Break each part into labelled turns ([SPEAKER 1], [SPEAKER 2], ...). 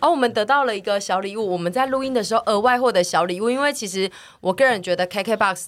[SPEAKER 1] 哦，我们得到了一个小礼物，我们在录音的时候额外获得小礼物，因为其实我个人觉得 KKBOX。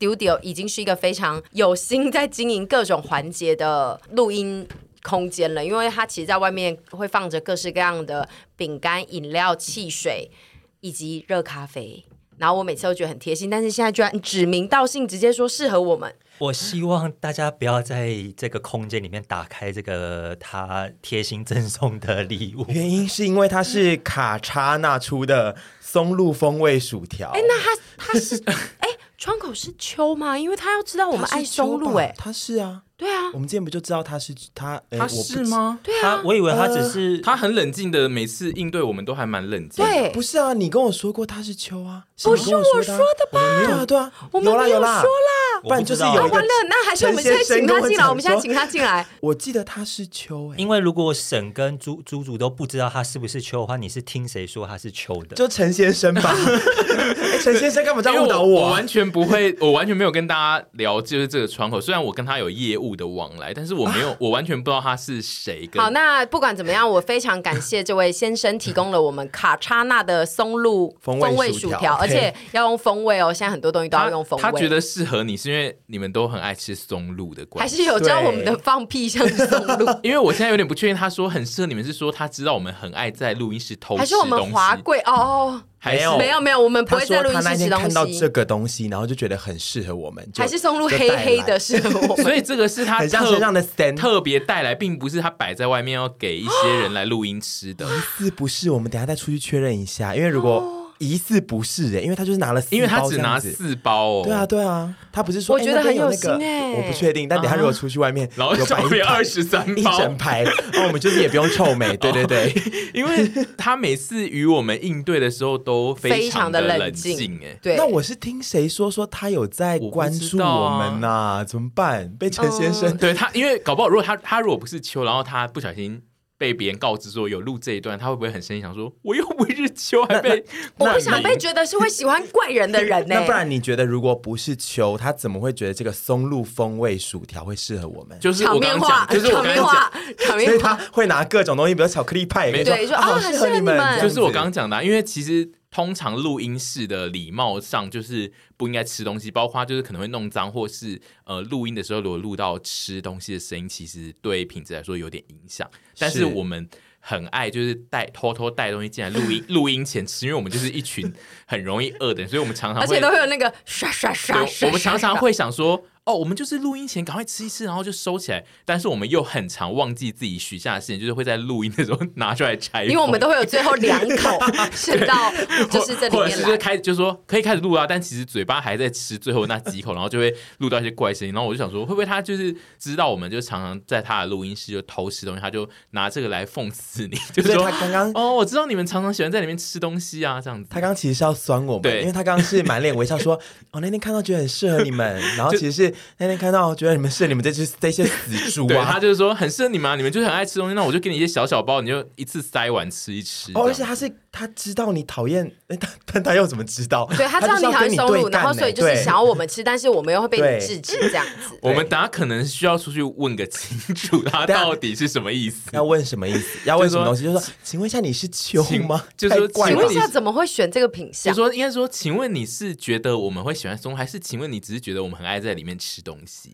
[SPEAKER 1] Studio 已经是一个非常有心在经营各种环节的录音空间了，因为它其实在外面会放着各式各样的饼干、饮料、汽水以及热咖啡。然后我每次都觉得很贴心，但是现在居然指名道姓，直接说适合我们。
[SPEAKER 2] 我希望大家不要在这个空间里面打开这个他贴心赠送的礼物。
[SPEAKER 3] 原因是因为它是
[SPEAKER 1] 嗯
[SPEAKER 3] 卡叉那出的松露风味薯条。
[SPEAKER 1] 哎， 那他他是哎窗口是秋吗？因为他要知道我
[SPEAKER 3] 我
[SPEAKER 1] 们爱松露哎、
[SPEAKER 3] 它是啊，
[SPEAKER 1] 对啊
[SPEAKER 3] 我，们之前不就知道它是它？哎
[SPEAKER 4] 他
[SPEAKER 3] 我不
[SPEAKER 4] 是吗？
[SPEAKER 1] 对
[SPEAKER 2] 他
[SPEAKER 1] 啊，
[SPEAKER 2] 我以为他只是
[SPEAKER 4] 他很冷静的，每次应对我们都还蛮冷静。，
[SPEAKER 1] 对，
[SPEAKER 3] 不是啊，你跟我说过它是秋啊，
[SPEAKER 1] 不
[SPEAKER 3] 你
[SPEAKER 1] 是
[SPEAKER 3] 跟
[SPEAKER 1] 我
[SPEAKER 3] 说
[SPEAKER 1] 说
[SPEAKER 3] 的啊
[SPEAKER 1] 的吧？
[SPEAKER 3] 对啊对啊，
[SPEAKER 1] 我们
[SPEAKER 3] 有啦
[SPEAKER 1] 没有
[SPEAKER 3] 有
[SPEAKER 1] 说
[SPEAKER 3] 啦。
[SPEAKER 1] 啦。
[SPEAKER 2] 我不知道
[SPEAKER 3] 不然就是有哎
[SPEAKER 1] 啊
[SPEAKER 3] 一个
[SPEAKER 1] 完了，那还是我们现在请他进来，我们现在请他进来。
[SPEAKER 3] 我记得它是秋哎、
[SPEAKER 2] 因为如果沈跟猪猪主都不知道他是不是秋的话，你是听谁说他是秋的？
[SPEAKER 3] 就陈先生 吧。哎陈、先生干嘛这
[SPEAKER 4] 因为
[SPEAKER 3] 样误导
[SPEAKER 4] 我
[SPEAKER 3] 啊
[SPEAKER 4] 完全不会，我完全没有跟大家聊就是这个窗口。虽然我跟他有业务的往来，但是我 没有，我完全不知道他是谁跟。
[SPEAKER 1] 好，那不管怎么样，我非常感谢这位先生提供了我们卡叉纳的松露
[SPEAKER 3] 风味
[SPEAKER 1] 薯
[SPEAKER 3] 薯
[SPEAKER 1] 条，
[SPEAKER 3] 条
[SPEAKER 1] 而且要用风味哦。现在很多东西都要
[SPEAKER 4] 他
[SPEAKER 1] 用风味。
[SPEAKER 4] 他觉得适合你是因为你们都很爱吃松露的关
[SPEAKER 1] 还
[SPEAKER 4] 系。
[SPEAKER 1] 是有教我们的
[SPEAKER 3] 对
[SPEAKER 1] 放屁像是松露，
[SPEAKER 4] 因为我现在有点不确定，他说很适合你们，是说他知道我们很爱在录音室偷吃
[SPEAKER 1] 还
[SPEAKER 4] 东
[SPEAKER 1] 是
[SPEAKER 4] 西，
[SPEAKER 1] 我们华贵哦？
[SPEAKER 4] 还是
[SPEAKER 1] 没有没有，我们不
[SPEAKER 3] 他
[SPEAKER 1] 会
[SPEAKER 3] 说
[SPEAKER 1] 在录音
[SPEAKER 3] 他那
[SPEAKER 1] 室吃
[SPEAKER 3] 天
[SPEAKER 1] 东
[SPEAKER 3] 看到
[SPEAKER 1] 西
[SPEAKER 3] 这，个东西，然后就觉得很适合我们，就
[SPEAKER 1] 还是松露
[SPEAKER 3] 就
[SPEAKER 1] 黑
[SPEAKER 3] 带
[SPEAKER 1] 黑
[SPEAKER 3] 来
[SPEAKER 1] 的适合我们。
[SPEAKER 4] 所以这个是他
[SPEAKER 3] 很像
[SPEAKER 4] 特
[SPEAKER 3] 身上的 stand
[SPEAKER 4] 特别带来，并不是他摆在外面要给一些人来录音吃的，
[SPEAKER 3] 是不是？我们等一下再出去确认一下，因为如
[SPEAKER 1] 哦
[SPEAKER 3] 果疑似不是哎、因为他就是拿了四包这
[SPEAKER 4] 因为
[SPEAKER 3] 样子，
[SPEAKER 4] 他只拿四包哦。
[SPEAKER 3] 对啊，对啊，他不是说
[SPEAKER 1] 我觉得
[SPEAKER 3] 哎那边
[SPEAKER 1] 很有
[SPEAKER 3] 有那个
[SPEAKER 1] 心哎
[SPEAKER 3] 我不确定，但等一下如果出去外面，
[SPEAKER 4] 啊然后
[SPEAKER 3] 有摆
[SPEAKER 4] 上
[SPEAKER 3] 一
[SPEAKER 4] 面
[SPEAKER 3] 排
[SPEAKER 4] 二十三
[SPEAKER 3] 一
[SPEAKER 4] 包，
[SPEAKER 3] 整排，那我们就是也不用臭 美，对对对，
[SPEAKER 4] 因为他每次与我们应对的时候都
[SPEAKER 1] 非常
[SPEAKER 4] 常
[SPEAKER 1] 的
[SPEAKER 4] 的
[SPEAKER 1] 冷
[SPEAKER 4] 静
[SPEAKER 1] 静，，
[SPEAKER 4] 哎，
[SPEAKER 1] 对，
[SPEAKER 3] 那我是听谁说说他有在关注我们呐、怎么办？被陈先生、
[SPEAKER 1] 哦
[SPEAKER 4] 对他，因为搞不好如果他他如果不是秋，然后他不小心。被别人告知说有录这一段，他会不会很生气，想说我又不是秋，还被
[SPEAKER 1] 我
[SPEAKER 4] 冠
[SPEAKER 1] 不
[SPEAKER 4] 名
[SPEAKER 1] 想被觉得是会喜欢怪人的人呢、
[SPEAKER 3] 那不然你觉得，如果不是秋，他怎么会觉得这个松露风味薯条会适合我们？
[SPEAKER 4] 就是
[SPEAKER 1] 场
[SPEAKER 4] 我
[SPEAKER 1] 面
[SPEAKER 4] 刚刚
[SPEAKER 1] 话，
[SPEAKER 4] 讲，就是
[SPEAKER 1] 场
[SPEAKER 4] 我刚
[SPEAKER 1] 面
[SPEAKER 4] 刚讲
[SPEAKER 1] 话，，场
[SPEAKER 3] 所以
[SPEAKER 1] 面
[SPEAKER 3] 他
[SPEAKER 1] 话。
[SPEAKER 3] 会拿各种东西，比如巧克力派，
[SPEAKER 4] 没
[SPEAKER 3] 然后
[SPEAKER 1] 对就
[SPEAKER 3] 啊
[SPEAKER 1] 啊
[SPEAKER 3] 好
[SPEAKER 1] 很
[SPEAKER 3] 适
[SPEAKER 1] 适合
[SPEAKER 3] 合
[SPEAKER 1] 你
[SPEAKER 3] 你们
[SPEAKER 1] 们，
[SPEAKER 3] 这样
[SPEAKER 4] 就是我
[SPEAKER 3] 子
[SPEAKER 4] 刚刚讲的啊、因为其实通常录音室的礼貌上就是不应该吃东西，包括就是可能会弄脏，或是呃录音的时候如果录到吃东西的声音，其实对品质来说有点影响。但是
[SPEAKER 3] 是
[SPEAKER 4] 我们。很爱就是带偷偷带东西进来录音， 录音前吃，因为我们就是一群很容易饿的人，所以我们常常
[SPEAKER 1] 而
[SPEAKER 4] 会
[SPEAKER 1] 且都会有那个刷刷刷
[SPEAKER 4] 对，
[SPEAKER 1] 刷，
[SPEAKER 4] 我们常常会想说，哦，我们就是录音前赶快吃一吃，然后就收起来。但是我们又很常忘记自己许下的事情，就是会在录音的时候 拿出来拆封，
[SPEAKER 1] 因为我们都会有最后两口吃到，就是这里
[SPEAKER 4] 或者
[SPEAKER 1] 面
[SPEAKER 4] 是就是
[SPEAKER 1] 来。
[SPEAKER 4] 开就说可以开始录啊，但其实嘴巴还在吃最后那几口，然后就会录到一些怪声音。然后我就想说，会不会他就是知道我们就常常在他的录音室就偷吃东西，他就拿这个来讽刺你，就
[SPEAKER 3] 所
[SPEAKER 4] 是
[SPEAKER 3] 以
[SPEAKER 4] 说
[SPEAKER 3] 他刚刚
[SPEAKER 4] 哦，我知道你们常常喜欢在里面吃东西啊，这样子。
[SPEAKER 3] 他刚刚其实是要酸我们，
[SPEAKER 4] 对
[SPEAKER 3] 因为他刚刚是满脸微笑 说：“哦，那天看到觉得很适合你们。”然后其实是那天看到觉得你们是你们这只这些死猪
[SPEAKER 4] 对他
[SPEAKER 3] 啊。
[SPEAKER 4] 就是说很适合你们啊，你们就是很爱吃东西，那我就给你一些小小包，你就一次塞完吃一吃。
[SPEAKER 3] 哦，
[SPEAKER 4] 这
[SPEAKER 3] 而
[SPEAKER 4] 样
[SPEAKER 3] 且他是他知道你讨厌， 哎，他但他又怎么知道？
[SPEAKER 1] 对他知道
[SPEAKER 3] 就
[SPEAKER 1] 你
[SPEAKER 3] 是要
[SPEAKER 1] 讨
[SPEAKER 3] 跟
[SPEAKER 1] 厌
[SPEAKER 3] 你
[SPEAKER 1] 松
[SPEAKER 3] 对
[SPEAKER 1] 露，
[SPEAKER 3] 干
[SPEAKER 1] 然后
[SPEAKER 3] 呢
[SPEAKER 1] 所以就是
[SPEAKER 3] 对
[SPEAKER 1] 想要我们吃，但是我们又会被你
[SPEAKER 3] 对
[SPEAKER 1] 制止这样子。
[SPEAKER 4] 我们大家可能需要出去问个清楚，他
[SPEAKER 3] 对啊
[SPEAKER 4] 到底是什么意思。
[SPEAKER 3] 要问什么意思？要问
[SPEAKER 4] 就
[SPEAKER 3] 什
[SPEAKER 4] 是说
[SPEAKER 3] 么东西？就是说，请问一下你是秋吗？
[SPEAKER 4] 请就是说
[SPEAKER 3] 太怪
[SPEAKER 1] 请
[SPEAKER 3] 了
[SPEAKER 1] 问
[SPEAKER 4] 到
[SPEAKER 1] 一
[SPEAKER 4] 底
[SPEAKER 1] 下，
[SPEAKER 4] 是
[SPEAKER 1] 怎么会选这个品
[SPEAKER 4] 就
[SPEAKER 1] 相？
[SPEAKER 4] 说应该说，请问你是觉得我们会喜欢松，还是请问你只是觉得我们很爱在里面吃东 西？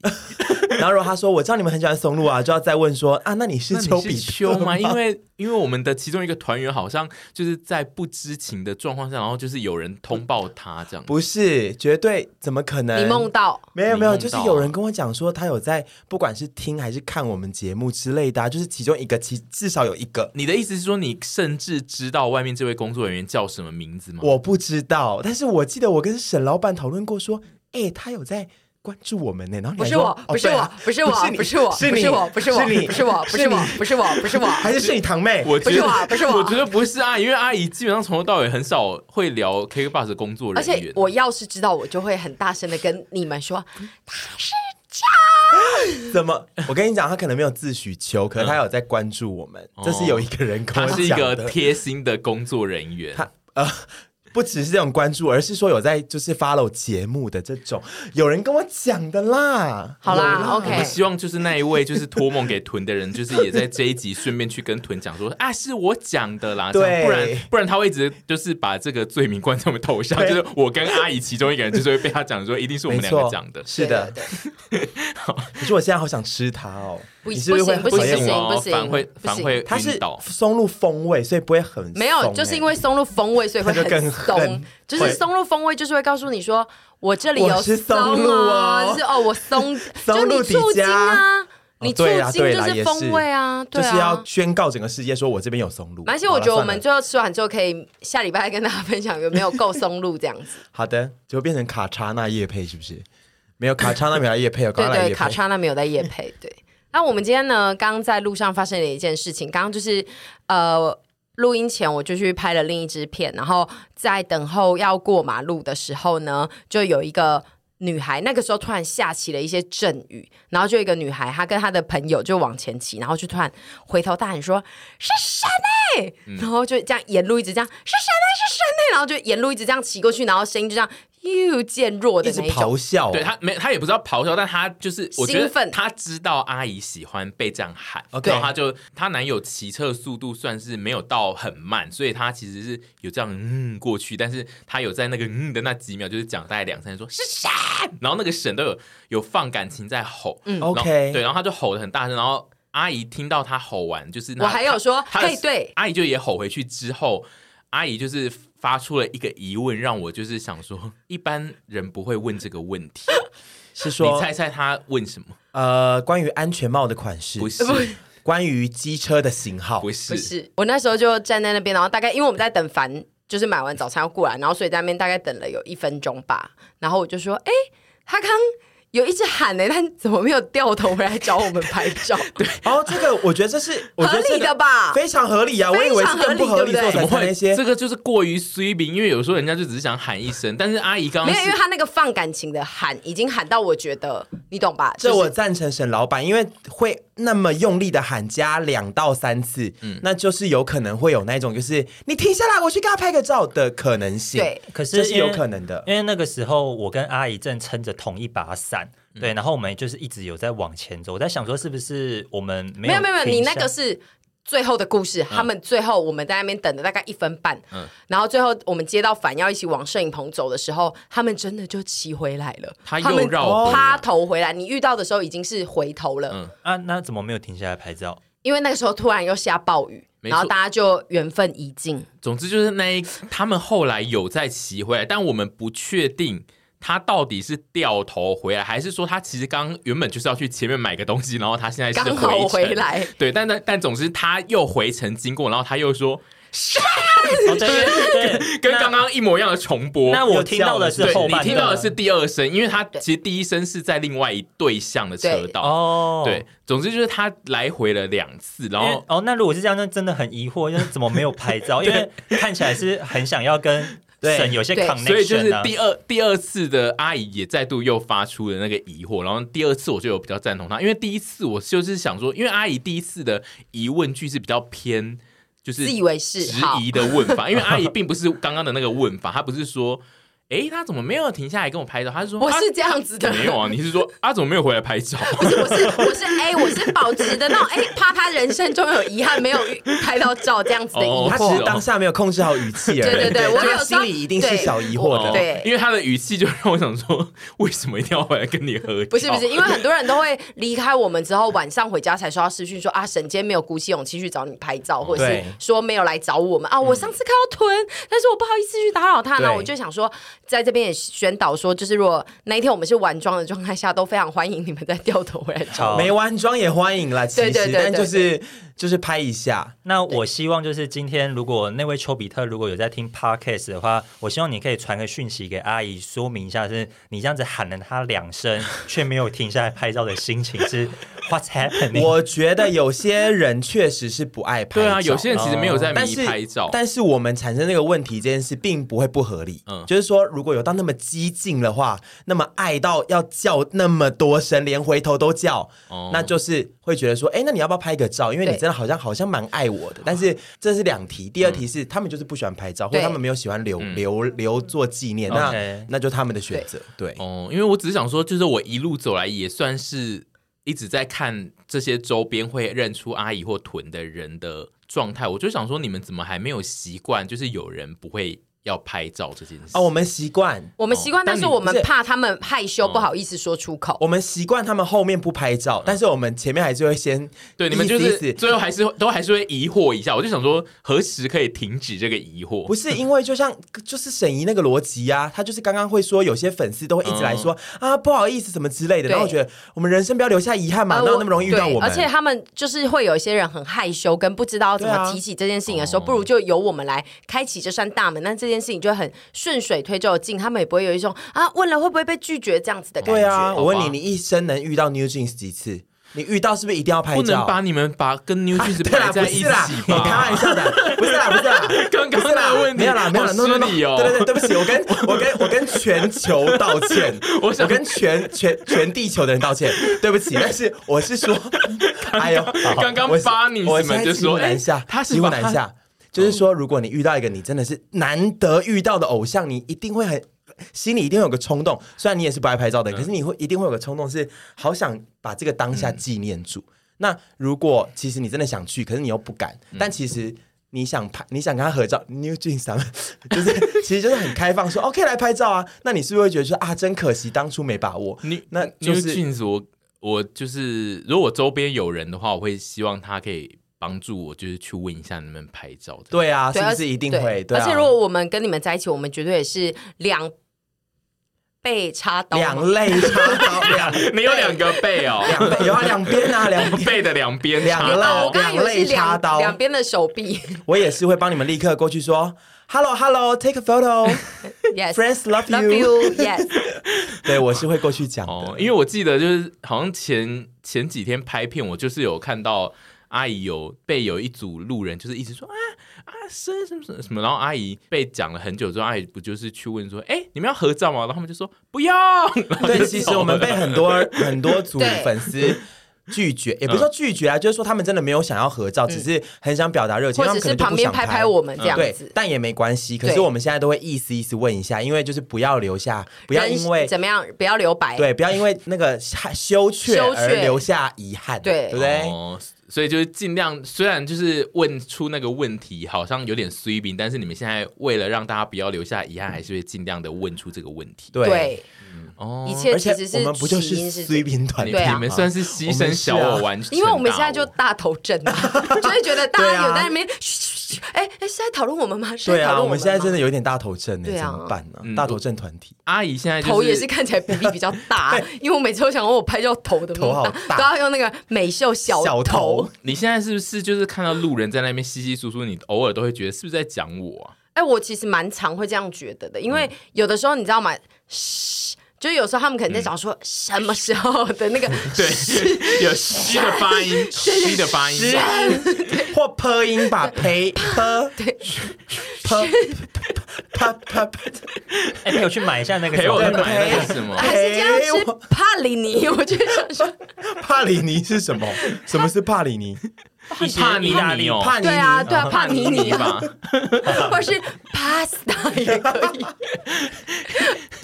[SPEAKER 3] 然后如果他说我知道你们很喜欢松露啊，就要再问说啊，那你是
[SPEAKER 4] 那
[SPEAKER 3] 丘
[SPEAKER 4] 你
[SPEAKER 3] 比
[SPEAKER 4] 是
[SPEAKER 3] 特
[SPEAKER 4] 秋吗？因为因为我们的其中一个团员好像就是在不知情的状况下，然后就是有人通报他这样。
[SPEAKER 3] 不是，绝对怎么可能？
[SPEAKER 1] 你梦到
[SPEAKER 3] 没有没有，
[SPEAKER 4] 你梦
[SPEAKER 3] 就是
[SPEAKER 4] 到
[SPEAKER 3] 有
[SPEAKER 4] 啊
[SPEAKER 3] 人跟我讲说，他有在不管是听还是看我们节目之类的、啊，就是其中一个，其至少有一个。
[SPEAKER 4] 你的意思是说，你甚至知道外面这位工作人员叫什么名字吗？
[SPEAKER 3] 我不知道，但是我记得我跟沈老板讨论过说，哎、他有在关注我们呢、然后你
[SPEAKER 1] 不
[SPEAKER 3] 还
[SPEAKER 1] 是
[SPEAKER 3] 说哦啊
[SPEAKER 1] 我，不是我，不是我，不是我，
[SPEAKER 3] 是
[SPEAKER 1] 不
[SPEAKER 3] 你
[SPEAKER 1] 是我，不是我，
[SPEAKER 3] 是你
[SPEAKER 1] 不是我，不是我，不是我，不是我，
[SPEAKER 3] 哦对还是是你堂妹？
[SPEAKER 4] 我
[SPEAKER 1] 不
[SPEAKER 4] 觉
[SPEAKER 1] 是
[SPEAKER 4] 得
[SPEAKER 1] 我不是我
[SPEAKER 4] 我觉得不是啊阿姨，因为阿姨基本上从头到尾很少会聊 KKBOX 的工作
[SPEAKER 1] 而
[SPEAKER 4] 人员。
[SPEAKER 1] 且我要是知道，我就会很大声的跟你们说，
[SPEAKER 3] 怎么？我跟你讲，他可能没有自诩求，可是他有在关注我们。这是有一个人跟
[SPEAKER 4] 嗯哦他
[SPEAKER 3] 我
[SPEAKER 4] 是一
[SPEAKER 3] 讲
[SPEAKER 4] 个
[SPEAKER 3] 的，
[SPEAKER 4] 贴心的工作人员，
[SPEAKER 3] 他呃。不只是这种关注，而是说有在就是 follow 节目的这种，有人跟我讲的啦。
[SPEAKER 1] 好啦
[SPEAKER 4] 我们
[SPEAKER 1] ，OK，
[SPEAKER 4] 希望就是那一位 就是托梦给屯的人，就是也在这一集顺便去跟屯讲说啊，是我讲的啦，这样
[SPEAKER 3] 对
[SPEAKER 4] 不然不然他会一直就是把这个罪名冠在我们头上，
[SPEAKER 3] 对
[SPEAKER 4] 就是我跟阿姨其中一个人就是会被他讲说一定是我们
[SPEAKER 3] 没
[SPEAKER 4] 两
[SPEAKER 3] 错
[SPEAKER 4] 个讲的，
[SPEAKER 3] 是的，
[SPEAKER 1] 对，啊对
[SPEAKER 3] 可是我现在好想吃它哦，
[SPEAKER 1] 不
[SPEAKER 3] 你是不是会
[SPEAKER 1] 不行
[SPEAKER 3] 讨厌
[SPEAKER 1] 不行
[SPEAKER 3] 我？
[SPEAKER 4] 哦反会
[SPEAKER 1] 不行
[SPEAKER 4] 反会
[SPEAKER 3] 它是
[SPEAKER 4] 晕倒，
[SPEAKER 3] 松露风味，所以不会很
[SPEAKER 1] 没有，
[SPEAKER 3] 松
[SPEAKER 1] 就是
[SPEAKER 3] 欸
[SPEAKER 1] 因为松露风味，所以会
[SPEAKER 3] 那就
[SPEAKER 1] 很松
[SPEAKER 3] 更恨。
[SPEAKER 1] 就是
[SPEAKER 3] 会
[SPEAKER 1] 松露风味，就是会告诉你说，我这里有
[SPEAKER 3] 我是松露
[SPEAKER 1] 啊，
[SPEAKER 3] 哦
[SPEAKER 1] 就是哦，我松，就
[SPEAKER 3] 松
[SPEAKER 1] 你
[SPEAKER 3] 露
[SPEAKER 1] 醋
[SPEAKER 3] 底哦
[SPEAKER 1] 精啊，你醋
[SPEAKER 3] 对啦
[SPEAKER 1] 精
[SPEAKER 3] 对
[SPEAKER 1] 就
[SPEAKER 3] 啦
[SPEAKER 1] 是
[SPEAKER 3] 也
[SPEAKER 1] 风
[SPEAKER 3] 是
[SPEAKER 1] 味啊，对
[SPEAKER 3] 就
[SPEAKER 1] 啊，
[SPEAKER 3] 是要宣告整个世界说我这边有松露。
[SPEAKER 1] 而且
[SPEAKER 3] 好
[SPEAKER 1] 我
[SPEAKER 3] 啦
[SPEAKER 1] 觉得我
[SPEAKER 3] 算了
[SPEAKER 1] 们最后吃完之后，可以下礼拜跟大家分享有没有够松露这样子。
[SPEAKER 3] 好的，就变成卡查那叶配是不是？没有卡查那没有叶配
[SPEAKER 1] 对
[SPEAKER 3] 哦，刚刚
[SPEAKER 1] 对，
[SPEAKER 3] 叶
[SPEAKER 1] 卡
[SPEAKER 3] 配。
[SPEAKER 1] 莎那没有在夜配。对， 那我们今天呢，刚刚在路上发生了一件事情，刚刚就是呃。录音前我就去拍了另一支片，然后在等候要过马路的时候呢，就有一个女孩，那个时候突然下起了一些阵雨，然后就有一个女孩，她跟她的朋友就往前骑，然后就突然回头大喊说：“是神哎、
[SPEAKER 3] 嗯
[SPEAKER 1] 然后就这样沿路一直这样：“是神哎、是神哎、然后就沿路一直这样骑过去，然后声音就这样又渐弱的
[SPEAKER 3] 一直
[SPEAKER 1] 那一种
[SPEAKER 3] 咆。哮哦，
[SPEAKER 4] 对他没他也不知道咆哮，但他就是我觉
[SPEAKER 1] 兴奋
[SPEAKER 4] 得他知道阿姨喜欢被这样喊
[SPEAKER 3] OK
[SPEAKER 4] 然后他就他男友骑车速度算是没有到很慢，所以他其实是有这样嗯过去，但是他有在那个嗯的那几秒就是讲大概两三声说是神，然后那个神都有有放感情在吼，嗯
[SPEAKER 3] ，OK
[SPEAKER 4] 对，然后他就吼的很大声，然后阿姨听到他吼完，就是那
[SPEAKER 1] 我还有说，
[SPEAKER 4] 他的
[SPEAKER 1] 嘿，对，
[SPEAKER 4] 阿姨就也吼回去之后，阿姨就是发出了一个疑问，让我就是想说，一般人不会问这个问 题。
[SPEAKER 3] 是
[SPEAKER 4] 你
[SPEAKER 3] 说
[SPEAKER 4] 猜猜他问什么？
[SPEAKER 3] 呃，关于安全帽的款式，
[SPEAKER 4] 不是，
[SPEAKER 3] 关于机车的型号，
[SPEAKER 4] 不
[SPEAKER 1] 不
[SPEAKER 4] 是，
[SPEAKER 1] 是，我那时候就站在那边，然后大概因为我们在等凡，就是买完早餐要过来，然后所以在那边大概等了有一分钟吧，然后我就说，哎、他刚有一直喊呢、但怎么没有掉头回来找我们拍照？对，
[SPEAKER 3] 哦，这个我觉得这是我觉
[SPEAKER 1] 合
[SPEAKER 3] 得这
[SPEAKER 1] 理
[SPEAKER 3] 个
[SPEAKER 1] 的吧？
[SPEAKER 3] 非常合理啊！我以为是更不合理，
[SPEAKER 1] 非常合理对不对
[SPEAKER 3] 所以我
[SPEAKER 4] 怎
[SPEAKER 3] 才
[SPEAKER 4] 么
[SPEAKER 3] 看
[SPEAKER 4] 会
[SPEAKER 3] 那？些
[SPEAKER 4] 这。个就是过于衰饼，因为有时候人家就只是想喊一声，但是阿姨刚
[SPEAKER 1] 没
[SPEAKER 4] 刚
[SPEAKER 1] 有，因为
[SPEAKER 4] 是
[SPEAKER 1] 他那个放感情的喊，已经喊到我觉得你懂吧？
[SPEAKER 3] 这
[SPEAKER 1] 就是
[SPEAKER 3] 我赞成沈老板，因为会那么用力的喊加两到三次，那就是有可能会有那种就是你停下来，我去跟他拍个照的可能性。
[SPEAKER 1] 对，
[SPEAKER 2] 可
[SPEAKER 3] 这
[SPEAKER 2] 是
[SPEAKER 3] 是
[SPEAKER 2] 因为
[SPEAKER 3] 有可能的
[SPEAKER 2] 因为那个时候我跟阿姨正撑着同一把伞，对，然后我们就是一直有在往前走。我在想说，是不是我们没
[SPEAKER 1] 没有没有没有，你
[SPEAKER 2] 停
[SPEAKER 1] 那
[SPEAKER 2] 下
[SPEAKER 1] 个是最后的故事。
[SPEAKER 4] 嗯
[SPEAKER 1] 他们最后我们在那边等了大概一分半，然后最后我们接到反要一起往摄影棚走的时候，他们真的就骑回来了，
[SPEAKER 4] 他又
[SPEAKER 1] 们
[SPEAKER 4] 绕回来
[SPEAKER 1] 趴头回来。你遇到的时候已经是回头了，
[SPEAKER 4] 嗯
[SPEAKER 2] 啊？那怎么没有停下来拍照？
[SPEAKER 1] 因为那个时候突然又下暴雨，
[SPEAKER 4] 没
[SPEAKER 1] 然后
[SPEAKER 4] 错
[SPEAKER 1] 大家就缘分已尽。
[SPEAKER 4] 总之就是那一，他们后来有再骑回来，但我们不确定他到底是掉头回来，还是说他其实刚原本就是要去前面买个东西，然后他现在是
[SPEAKER 1] 刚好
[SPEAKER 4] 程
[SPEAKER 1] 回来。
[SPEAKER 4] 对，但但但总之他又回程经过，然后他又说
[SPEAKER 2] 哦，对对对，
[SPEAKER 4] 跟刚刚一模一样的重播。
[SPEAKER 2] 那我听到的是
[SPEAKER 4] 对
[SPEAKER 2] 后
[SPEAKER 4] 你
[SPEAKER 2] 半段，
[SPEAKER 4] 听到的是第二声，因为他其实第一声是在另外一对向的车道。
[SPEAKER 2] 哦，
[SPEAKER 4] 对，总之就是他来回了两次，然
[SPEAKER 2] 因为。
[SPEAKER 4] 后
[SPEAKER 2] 哦，那如果是这样，那真的很疑惑，就是怎么没有拍 照？因为看起来是很想要跟
[SPEAKER 3] 对
[SPEAKER 2] 沈有些
[SPEAKER 1] 对
[SPEAKER 2] connection 啊
[SPEAKER 4] 所以就是第二第二次的阿姨也再度又发出了那个疑惑，然后第二次我就有比较赞同她，因为第一次我就是想说，因为阿姨第一次的疑问句是比较偏就 是
[SPEAKER 1] 自以为是
[SPEAKER 4] 质
[SPEAKER 1] 好
[SPEAKER 4] 疑的问法，因 为阿姨并不是刚刚的那个问法，她不是说。诶，她怎么没有停下来跟我拍照？她是说
[SPEAKER 1] 我
[SPEAKER 4] 啊
[SPEAKER 1] 是这样子的，
[SPEAKER 4] 没有啊，你是 说啊怎么没有回来拍照？
[SPEAKER 1] 不是，我是我是 A，我是保持的那种 A，怕他人生中有遗憾没有拍到照这样子的疑惑。
[SPEAKER 4] 哦
[SPEAKER 3] 他只是当下没有控制好语气而已。
[SPEAKER 1] 对对对我有
[SPEAKER 3] 他
[SPEAKER 1] 时候
[SPEAKER 3] 心里一定是小疑惑
[SPEAKER 4] 哦
[SPEAKER 3] 的。
[SPEAKER 1] 对
[SPEAKER 4] 因为她的语气就让我想说，为什么一定要回来跟你合照？
[SPEAKER 1] 不是
[SPEAKER 3] 哦
[SPEAKER 1] 不是，因为很多人都会离开我们之后，晚上回家才收到私讯说啊，沈今天没有鼓起勇气去找你拍照，或者是
[SPEAKER 3] 哦对嗯
[SPEAKER 1] 说没有来找我们啊。我上次看到屯，但是我不好意思去打扰他呢，
[SPEAKER 3] 对
[SPEAKER 1] 我就想说，在这边也宣导说，就是如果那一天我们是完妆的状态下，都非常欢迎你们再掉头回来找。
[SPEAKER 2] 好
[SPEAKER 3] 没完妆也欢迎啦，其
[SPEAKER 1] 对
[SPEAKER 3] 实
[SPEAKER 1] 对对对
[SPEAKER 3] 但就是就是拍一下，
[SPEAKER 2] 那我希望就是今天，如果那位丘比特如果有在听 podcast 的话，我希望你可以传个讯息给阿姨，说明一下，是你这样子喊了她两声，却没有停下来拍照的心情 是 What's happening？
[SPEAKER 3] 我觉得有些人确实是不爱拍照，
[SPEAKER 4] 对啊，
[SPEAKER 1] 哦
[SPEAKER 4] 有些人其实没有在
[SPEAKER 3] 但
[SPEAKER 4] 迷
[SPEAKER 3] 是
[SPEAKER 4] 拍照，嗯
[SPEAKER 3] 但是我们产生这个问题这件事并不会不合理。就是说，如果有到那么激进的话，那么爱到要叫那么多声，连回头都叫，
[SPEAKER 4] 哦
[SPEAKER 3] 那就是会觉得说，哎、那你要不要拍个照？因为你
[SPEAKER 1] 对
[SPEAKER 3] 真的好像好像蛮爱我的。但
[SPEAKER 4] 啊
[SPEAKER 3] 是这是两题，第二
[SPEAKER 4] 嗯
[SPEAKER 3] 题是、他们就是不喜欢拍照，或
[SPEAKER 1] 对
[SPEAKER 3] 者他们没有喜欢留留留做纪念，那
[SPEAKER 2] OK
[SPEAKER 3] 那就他们的选择。对，
[SPEAKER 4] 哦，因为我只是想说，就是我一路走来也算是一直在看这些周边会认出阿姨或臀的人的状态，我就想说，你们怎么还没有习惯，就是有人不会要拍照这件事？
[SPEAKER 3] 哦，我们习惯。
[SPEAKER 1] 我们习惯，但是
[SPEAKER 3] 但你
[SPEAKER 1] 我们
[SPEAKER 3] 不是嗯
[SPEAKER 1] 怕他们害羞，不好意思说出口。
[SPEAKER 3] 我们习惯他们后面不拍照，但是我们前面还是会先
[SPEAKER 4] 嗯对，你们就
[SPEAKER 3] 意思
[SPEAKER 4] 是
[SPEAKER 3] 意思
[SPEAKER 4] 最后还是都还是会疑惑一下，我就想说，何时可以停止这个疑惑？
[SPEAKER 3] 不是因为就像就是沈怡那个逻辑啊，她就是刚刚会说有些粉丝都会一直来说、啊不好意思什么之类的，
[SPEAKER 1] 嗯对
[SPEAKER 3] 然后我觉得我们人生不要留下遗憾嘛，
[SPEAKER 1] 呃
[SPEAKER 3] 哪有那么容易遇到
[SPEAKER 1] 对
[SPEAKER 3] 我们？
[SPEAKER 1] 而且他们就是会有一些人很害羞，跟不知道怎
[SPEAKER 3] 对
[SPEAKER 1] 么
[SPEAKER 3] 啊
[SPEAKER 1] 提起这件事情的时候，
[SPEAKER 4] 哦
[SPEAKER 1] 不如就由我们来开启这扇大门。那这件事情就很顺水推舟进，他们也不会有一种啊问了会不会被拒绝这样子的感觉。
[SPEAKER 3] 对啊，
[SPEAKER 4] 好吧
[SPEAKER 3] 我问你，你一生能遇到 New Jeans 几次？你遇到是不是一定要拍
[SPEAKER 4] 不能
[SPEAKER 3] 照？
[SPEAKER 4] 把你们把跟 New Jeans
[SPEAKER 3] 对啦，
[SPEAKER 4] 摆
[SPEAKER 3] 不
[SPEAKER 4] 在一
[SPEAKER 3] 是啦
[SPEAKER 4] 起，
[SPEAKER 3] 我开
[SPEAKER 4] 吧？
[SPEAKER 3] 玩笑的，不是啦，不是啦。
[SPEAKER 4] 刚刚那个问题，
[SPEAKER 3] 没有啦，没有啦
[SPEAKER 4] 好
[SPEAKER 3] ，no no
[SPEAKER 4] 失
[SPEAKER 3] no，
[SPEAKER 4] 礼哦。
[SPEAKER 3] 对对对，对不起，我 跟我跟我跟全球道歉，
[SPEAKER 4] 我
[SPEAKER 3] 我
[SPEAKER 4] 想
[SPEAKER 3] 跟全全全地球的人道歉，对不起，但是我是说， 哎呦，好
[SPEAKER 4] 刚刚
[SPEAKER 3] 我是
[SPEAKER 4] 巴尼斯
[SPEAKER 3] 我
[SPEAKER 4] 们就说
[SPEAKER 3] 现在
[SPEAKER 4] 哎
[SPEAKER 3] 南下，
[SPEAKER 4] 他是
[SPEAKER 3] 欺
[SPEAKER 4] 把
[SPEAKER 3] 负南下，就是说，如果你遇到一个你真的是难得遇到的偶像，你一定会很。心里一定会有个冲动，虽然你也是不爱拍照的，
[SPEAKER 4] 嗯
[SPEAKER 3] 可是你会一定会有个冲动，是好想把这个当下纪念住。
[SPEAKER 4] 嗯
[SPEAKER 3] 那如果其实你真的想去，可是你又不敢，
[SPEAKER 4] 嗯
[SPEAKER 3] 但其实你想拍，你想跟他合照，New Jeans 他们 就是其实就是很开放，说 OK 来拍照啊。那你是不是会觉得说啊，真可惜当初没把握？
[SPEAKER 4] New
[SPEAKER 3] 那就是
[SPEAKER 4] New Jeans，我我就是如果我周边有人的话，我会希望他可以帮助我，就是去问一下能不能拍照。，
[SPEAKER 3] 对啊，
[SPEAKER 1] 对，
[SPEAKER 3] 是不
[SPEAKER 1] 而
[SPEAKER 3] 是一定
[SPEAKER 1] 对
[SPEAKER 3] 会？对啊
[SPEAKER 1] 而且如果我们跟你们在一起，我们绝对也是两被插刀嘛。
[SPEAKER 3] 两肋插刀，两
[SPEAKER 4] 你有两个背哦，
[SPEAKER 3] 两 背有啊，两边啊，两边。
[SPEAKER 4] 背的两边
[SPEAKER 3] 两
[SPEAKER 4] 插
[SPEAKER 3] 肋
[SPEAKER 1] 哦
[SPEAKER 4] 刀
[SPEAKER 1] 我。刚刚以为
[SPEAKER 3] 两
[SPEAKER 1] 是
[SPEAKER 3] 肋插
[SPEAKER 1] 两
[SPEAKER 3] 刀
[SPEAKER 1] 两边的手臂
[SPEAKER 3] 我也是会帮你们立刻过去说，Hello Hello，Take a photo，
[SPEAKER 1] ，yes。
[SPEAKER 3] Friends love you
[SPEAKER 1] Love you, yes。
[SPEAKER 3] 对我是会过去讲
[SPEAKER 4] 哦
[SPEAKER 3] 的，，
[SPEAKER 4] 因为我记得就是好像前前几天拍片，我就是有看到阿姨有被有一组路人就是一直说啊啊生什么什么什么，然后阿姨被讲了很久之后，阿姨不就是去问说，哎、你们要合照吗？然后他们就说不要。然后就
[SPEAKER 3] 对，其实
[SPEAKER 4] 走
[SPEAKER 3] 我们
[SPEAKER 4] 了
[SPEAKER 3] 被很 多很多组
[SPEAKER 1] 对
[SPEAKER 3] 粉丝。拒
[SPEAKER 4] 嗯
[SPEAKER 3] 绝也不是说拒绝啊，就是说他们真的没有想要合照，只是很想表达热
[SPEAKER 1] 嗯
[SPEAKER 3] 情，
[SPEAKER 1] 或者
[SPEAKER 3] 他们
[SPEAKER 1] 是
[SPEAKER 3] 可能就
[SPEAKER 1] 旁
[SPEAKER 3] 不
[SPEAKER 1] 边
[SPEAKER 3] 想
[SPEAKER 1] 拍
[SPEAKER 3] 拍
[SPEAKER 1] 拍我们这样
[SPEAKER 3] 对
[SPEAKER 1] 子，，
[SPEAKER 3] 但也没关系。可是
[SPEAKER 1] 对
[SPEAKER 3] 我们现在都会意思意思问一下，因为就是不要留下，不要
[SPEAKER 1] 人
[SPEAKER 3] 因为
[SPEAKER 1] 怎么样，不要留白。
[SPEAKER 3] 对，不要因为那个羞怯
[SPEAKER 1] 羞
[SPEAKER 3] 而
[SPEAKER 1] 怯
[SPEAKER 3] 留下遗憾，
[SPEAKER 1] 对
[SPEAKER 3] 对不对？
[SPEAKER 4] 哦，所以就是尽量，虽然就是问出那个问题好像有点衰饼，但是你们现在为了让大家不要留下遗憾，还是会尽量的问出这个问题。
[SPEAKER 3] 对
[SPEAKER 1] 对，
[SPEAKER 4] 哦，
[SPEAKER 1] 一切
[SPEAKER 3] 而
[SPEAKER 1] 其
[SPEAKER 3] 且
[SPEAKER 1] 实是
[SPEAKER 3] 我们不就
[SPEAKER 1] 起因
[SPEAKER 3] 是
[SPEAKER 1] 是
[SPEAKER 3] 随便团
[SPEAKER 4] 你
[SPEAKER 1] 对
[SPEAKER 3] 队
[SPEAKER 1] 啊
[SPEAKER 4] 你们算是牺
[SPEAKER 3] 我们
[SPEAKER 4] 牲
[SPEAKER 3] 是
[SPEAKER 4] 小
[SPEAKER 3] 啊
[SPEAKER 4] 我完成大 我，
[SPEAKER 1] 因为我们现在就大头症 啊，就会觉得大
[SPEAKER 3] 对
[SPEAKER 1] 家
[SPEAKER 3] 啊
[SPEAKER 1] 有在那边嘘，嘘嘘哎哎是在讨论我们吗？是
[SPEAKER 3] 对
[SPEAKER 1] 在讨
[SPEAKER 3] 啊，
[SPEAKER 1] 论
[SPEAKER 3] 我
[SPEAKER 1] 们
[SPEAKER 3] 们现在
[SPEAKER 1] 吗
[SPEAKER 3] 真的有点大头症呢，
[SPEAKER 1] 对啊
[SPEAKER 3] 怎么办呢
[SPEAKER 4] 嗯？
[SPEAKER 3] 大头症团体，
[SPEAKER 4] 阿姨现在、就是、
[SPEAKER 1] 头也是看起来比例比较 大，因为我每次都想问我拍照头的
[SPEAKER 3] 头好大
[SPEAKER 1] 都要用那个美秀小
[SPEAKER 3] 小
[SPEAKER 1] 头
[SPEAKER 3] 头。
[SPEAKER 4] 你现在是不是就是看到路人在那边稀稀疏疏，你偶尔都会觉得是不是在讲我啊？
[SPEAKER 1] 哎、我其实蛮常会这样觉得的，因
[SPEAKER 3] 嗯
[SPEAKER 1] 为有的时候你知道吗？嘘，就是有时候他们可能在想
[SPEAKER 3] 嗯
[SPEAKER 1] 说什么时候的 那个
[SPEAKER 4] 对，有虚的发 音，虚的发音。
[SPEAKER 3] 或坡音吧，呸坡，对，坡啪啪啪，
[SPEAKER 2] 哎，你有去买一下那个
[SPEAKER 4] 陪我
[SPEAKER 2] 什
[SPEAKER 4] 去
[SPEAKER 2] 么
[SPEAKER 4] 买那个什么？
[SPEAKER 1] 还是这样
[SPEAKER 3] 哎
[SPEAKER 1] 吃
[SPEAKER 3] 我
[SPEAKER 1] 帕里尼，我就想说，
[SPEAKER 3] 帕里尼是什么？什么是帕里尼？
[SPEAKER 4] 一些帕尼
[SPEAKER 2] 意大
[SPEAKER 4] 尼
[SPEAKER 2] 利
[SPEAKER 4] 哦，
[SPEAKER 3] 帕尼
[SPEAKER 1] 对啊，对啊，帕尼尼啊，
[SPEAKER 4] 吧？
[SPEAKER 1] 或是 pasta 也可 以，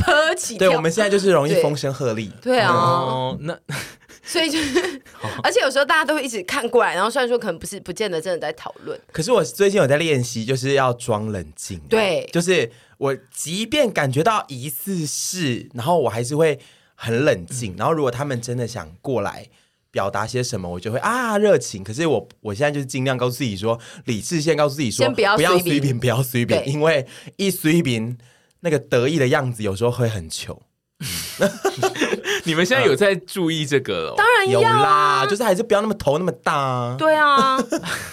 [SPEAKER 1] 喝起
[SPEAKER 3] 对，
[SPEAKER 1] 跳
[SPEAKER 3] 我们现在就是容易风声鹤唳。
[SPEAKER 1] 对啊，
[SPEAKER 4] 哦，那
[SPEAKER 1] 所以就是，而且有时候大家都会一直看过来，然后虽然说可能不是不见得真的在讨论，
[SPEAKER 3] 可是我最近有在练习，就是要装冷静。啊
[SPEAKER 1] 对
[SPEAKER 3] 就是我即便感觉到疑似是，然后我还是会很冷
[SPEAKER 1] 嗯
[SPEAKER 3] 静。然后如果他们真的想过来。表达些什么，我就会啊热情。可是我我现在就是尽量告诉自己说，理智先告诉自己说，
[SPEAKER 1] 先不要
[SPEAKER 3] 不
[SPEAKER 1] 随
[SPEAKER 3] 要
[SPEAKER 1] 便
[SPEAKER 3] 随便，不要随便，
[SPEAKER 1] 对
[SPEAKER 3] 因为一随便那个得意的样子，有时候会很糗。
[SPEAKER 4] 你们现在有在注意这个了哦？
[SPEAKER 1] 当然
[SPEAKER 3] 有
[SPEAKER 1] 要啊
[SPEAKER 3] 啦，，就是还是不要那么头那么大啊。
[SPEAKER 1] 对啊，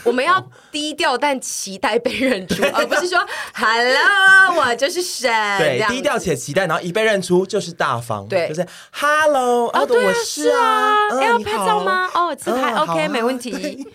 [SPEAKER 1] 我们要低调但期待被认 出，而不是说 “hello，我就是神”这
[SPEAKER 3] 对，
[SPEAKER 1] 样
[SPEAKER 3] 低调且期待，然后一被认出就是大方，
[SPEAKER 1] 对
[SPEAKER 3] 就是 Hello，
[SPEAKER 1] 哦，
[SPEAKER 3] 哦，
[SPEAKER 1] 对
[SPEAKER 3] 我
[SPEAKER 1] 啊，是
[SPEAKER 3] 啊
[SPEAKER 1] 啊，，
[SPEAKER 3] 嗯
[SPEAKER 1] 哎要拍照？
[SPEAKER 3] 你
[SPEAKER 1] 吗
[SPEAKER 3] 好？
[SPEAKER 1] 哦，自拍
[SPEAKER 3] 嗯好
[SPEAKER 1] OK，
[SPEAKER 3] 啊
[SPEAKER 1] 没问题。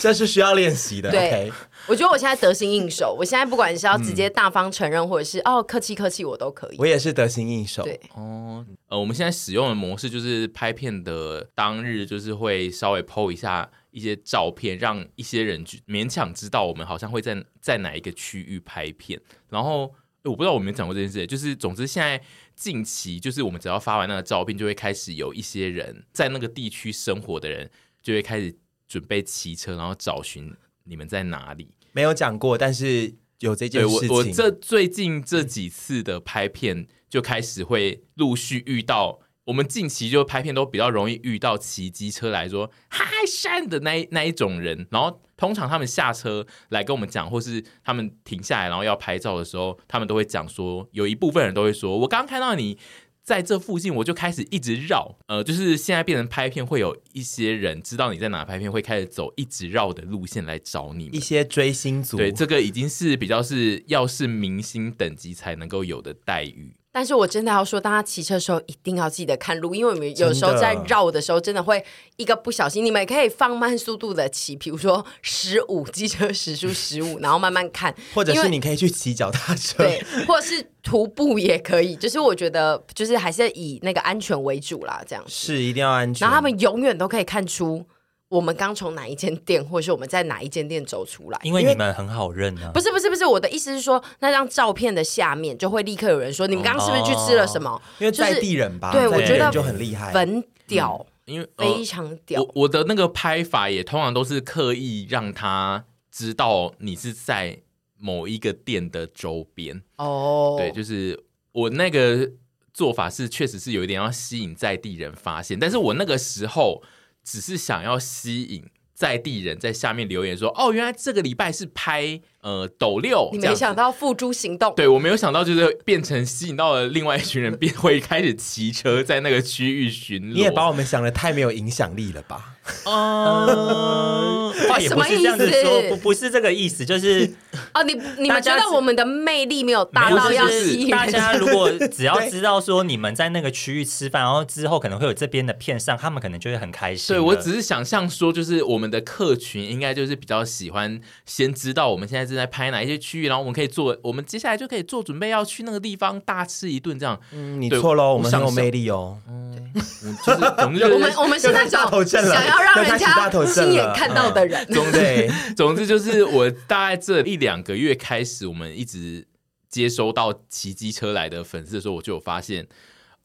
[SPEAKER 3] 这是需要练习的。
[SPEAKER 1] 对
[SPEAKER 3] OK，
[SPEAKER 1] 我觉得我现在得心应手，我现在不管是要直接大方承认，或者是哦客气客气，我都可以
[SPEAKER 3] 嗯我。也是得心应手。
[SPEAKER 1] 对
[SPEAKER 4] 哦，呃，我们现在使用的模式就是拍片的当日，就是会稍微 PO 一下一些照片，让一些人去勉强知道我们好像会在在哪一个区域拍片。然后诶我不知道我有没有讲过这件事，就是总之现在近期就是我们只要发完那个照片，就会开始有一些人在那个地区生活的人就会开始准备骑车，然后找寻你们在哪里。
[SPEAKER 3] 没有讲过，但是有这件
[SPEAKER 4] 对
[SPEAKER 3] 事
[SPEAKER 4] 我
[SPEAKER 3] 情。，嗯
[SPEAKER 4] 我这最近这几次的拍片就开始会陆续遇到，我们近期就拍片都比较容易遇到骑机车来说嗨山的那一那一种人，然后通常他们下车来跟我们讲，或是他们停下来然后要拍照的时候，他们都会讲说，有一部分人都会说，我刚刚看到你。在这附近，我就开始一直绕，呃，就是现在变成拍片，会有一些人知道你在哪拍片，会开始走一直绕的路线来找你们。
[SPEAKER 3] 一些追星族，
[SPEAKER 4] 对，这个已经是比较是要是明星等级才能够有的待遇。
[SPEAKER 1] 但是我真的要说，大家骑车的时候一定要记得看路，因为我们有时候
[SPEAKER 3] 真的
[SPEAKER 1] 在绕的时候，真的会一个不小心。你们可以放慢速度的骑，比如说十五，机车时速十五，然后慢慢看，
[SPEAKER 3] 或者
[SPEAKER 1] 因为
[SPEAKER 3] 是你可以去骑脚踏车。
[SPEAKER 1] 对，或者是徒步也可以。就是我觉得，就是还是以那个安全为主啦，这样。
[SPEAKER 3] 是一定要安全。
[SPEAKER 1] 然后他们永远都可以看出我们刚从哪一间店，或者是我们在哪一间店走出来。
[SPEAKER 2] 因为你们很好认啊。
[SPEAKER 1] 不是不是不是，我的意思是说，那张照片的下面就会立刻有人说，你们刚刚是不是去吃了什么？
[SPEAKER 3] 因为
[SPEAKER 1] 就是
[SPEAKER 3] 在地人吧，
[SPEAKER 1] 对
[SPEAKER 3] 在
[SPEAKER 1] 我
[SPEAKER 3] 地
[SPEAKER 1] 觉得
[SPEAKER 3] 人就很厉害。
[SPEAKER 1] 粉屌，
[SPEAKER 4] 因为、呃、
[SPEAKER 1] 非常屌。
[SPEAKER 4] 我我的那个拍法也通常都是刻意让他知道你是在某一个店的周边。
[SPEAKER 1] 哦，
[SPEAKER 4] 对，就是我那个做法是确实是有一点要吸引在地人发现，但是我那个时候只是想要吸引。在地人在下面留言说：“哦，原来这个礼拜是拍呃斗六，
[SPEAKER 1] 你
[SPEAKER 4] 这样
[SPEAKER 1] 没
[SPEAKER 4] 子
[SPEAKER 1] 想到付诸行动，
[SPEAKER 4] 对我没有想到，就是变成吸引到了另外一群人，变会开始骑车在那个区域巡逻。
[SPEAKER 3] 你也把我们想的太没有影响力了吧？
[SPEAKER 2] 嗯，话呃也不是这样子
[SPEAKER 1] 哦什么意
[SPEAKER 2] 说，
[SPEAKER 1] 思
[SPEAKER 2] 不不是这个意思，就是
[SPEAKER 1] 哦，你你们觉
[SPEAKER 2] 大家
[SPEAKER 1] 得
[SPEAKER 2] 是
[SPEAKER 1] 我们的魅力没有大
[SPEAKER 4] 没有
[SPEAKER 1] 到
[SPEAKER 4] 就是
[SPEAKER 1] 要吸引
[SPEAKER 2] 大
[SPEAKER 1] 人？
[SPEAKER 2] 家如果只要知道说你们在那个区域吃饭，然后之后可能会有这边的片上，他们可能就会很开心
[SPEAKER 4] 对
[SPEAKER 2] 了。
[SPEAKER 4] 我只是想象说，就是我们的客群应该就是比较喜欢先知道我们现在正在拍哪一些区域，然后我们可以做，我们接下来就可以做准备要去那个地方大吃一顿这样。
[SPEAKER 3] 嗯，你
[SPEAKER 4] 对
[SPEAKER 3] 错喽，我们很
[SPEAKER 4] 想
[SPEAKER 3] 有魅力哦。
[SPEAKER 4] 嗯就是总之就
[SPEAKER 1] 我们
[SPEAKER 4] 是
[SPEAKER 1] 我们是那
[SPEAKER 3] 又开始大头
[SPEAKER 1] 种
[SPEAKER 3] 阵了
[SPEAKER 1] 想要让
[SPEAKER 3] 又
[SPEAKER 1] 人
[SPEAKER 3] 开始大头
[SPEAKER 1] 家
[SPEAKER 3] 阵
[SPEAKER 1] 亲眼
[SPEAKER 3] 了
[SPEAKER 1] 看到的人。
[SPEAKER 4] 总之
[SPEAKER 3] 对，
[SPEAKER 4] 总之就是我大概这一两个月开始，我们一直接收到骑机车来的粉丝的时候，我就有发现，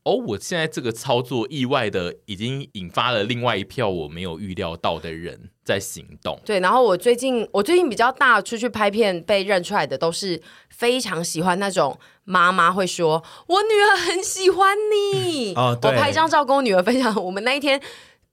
[SPEAKER 4] 哦，我现在这个操作意外的已经引发了另外一票我没有预料到的人在行动。
[SPEAKER 1] 对，然后我最近我最近比较大出去拍片被认出来的都是非常喜欢那种妈妈会说，我女儿很喜欢你。
[SPEAKER 3] 哦对
[SPEAKER 1] 我拍一张照跟我女儿分享，我们那一天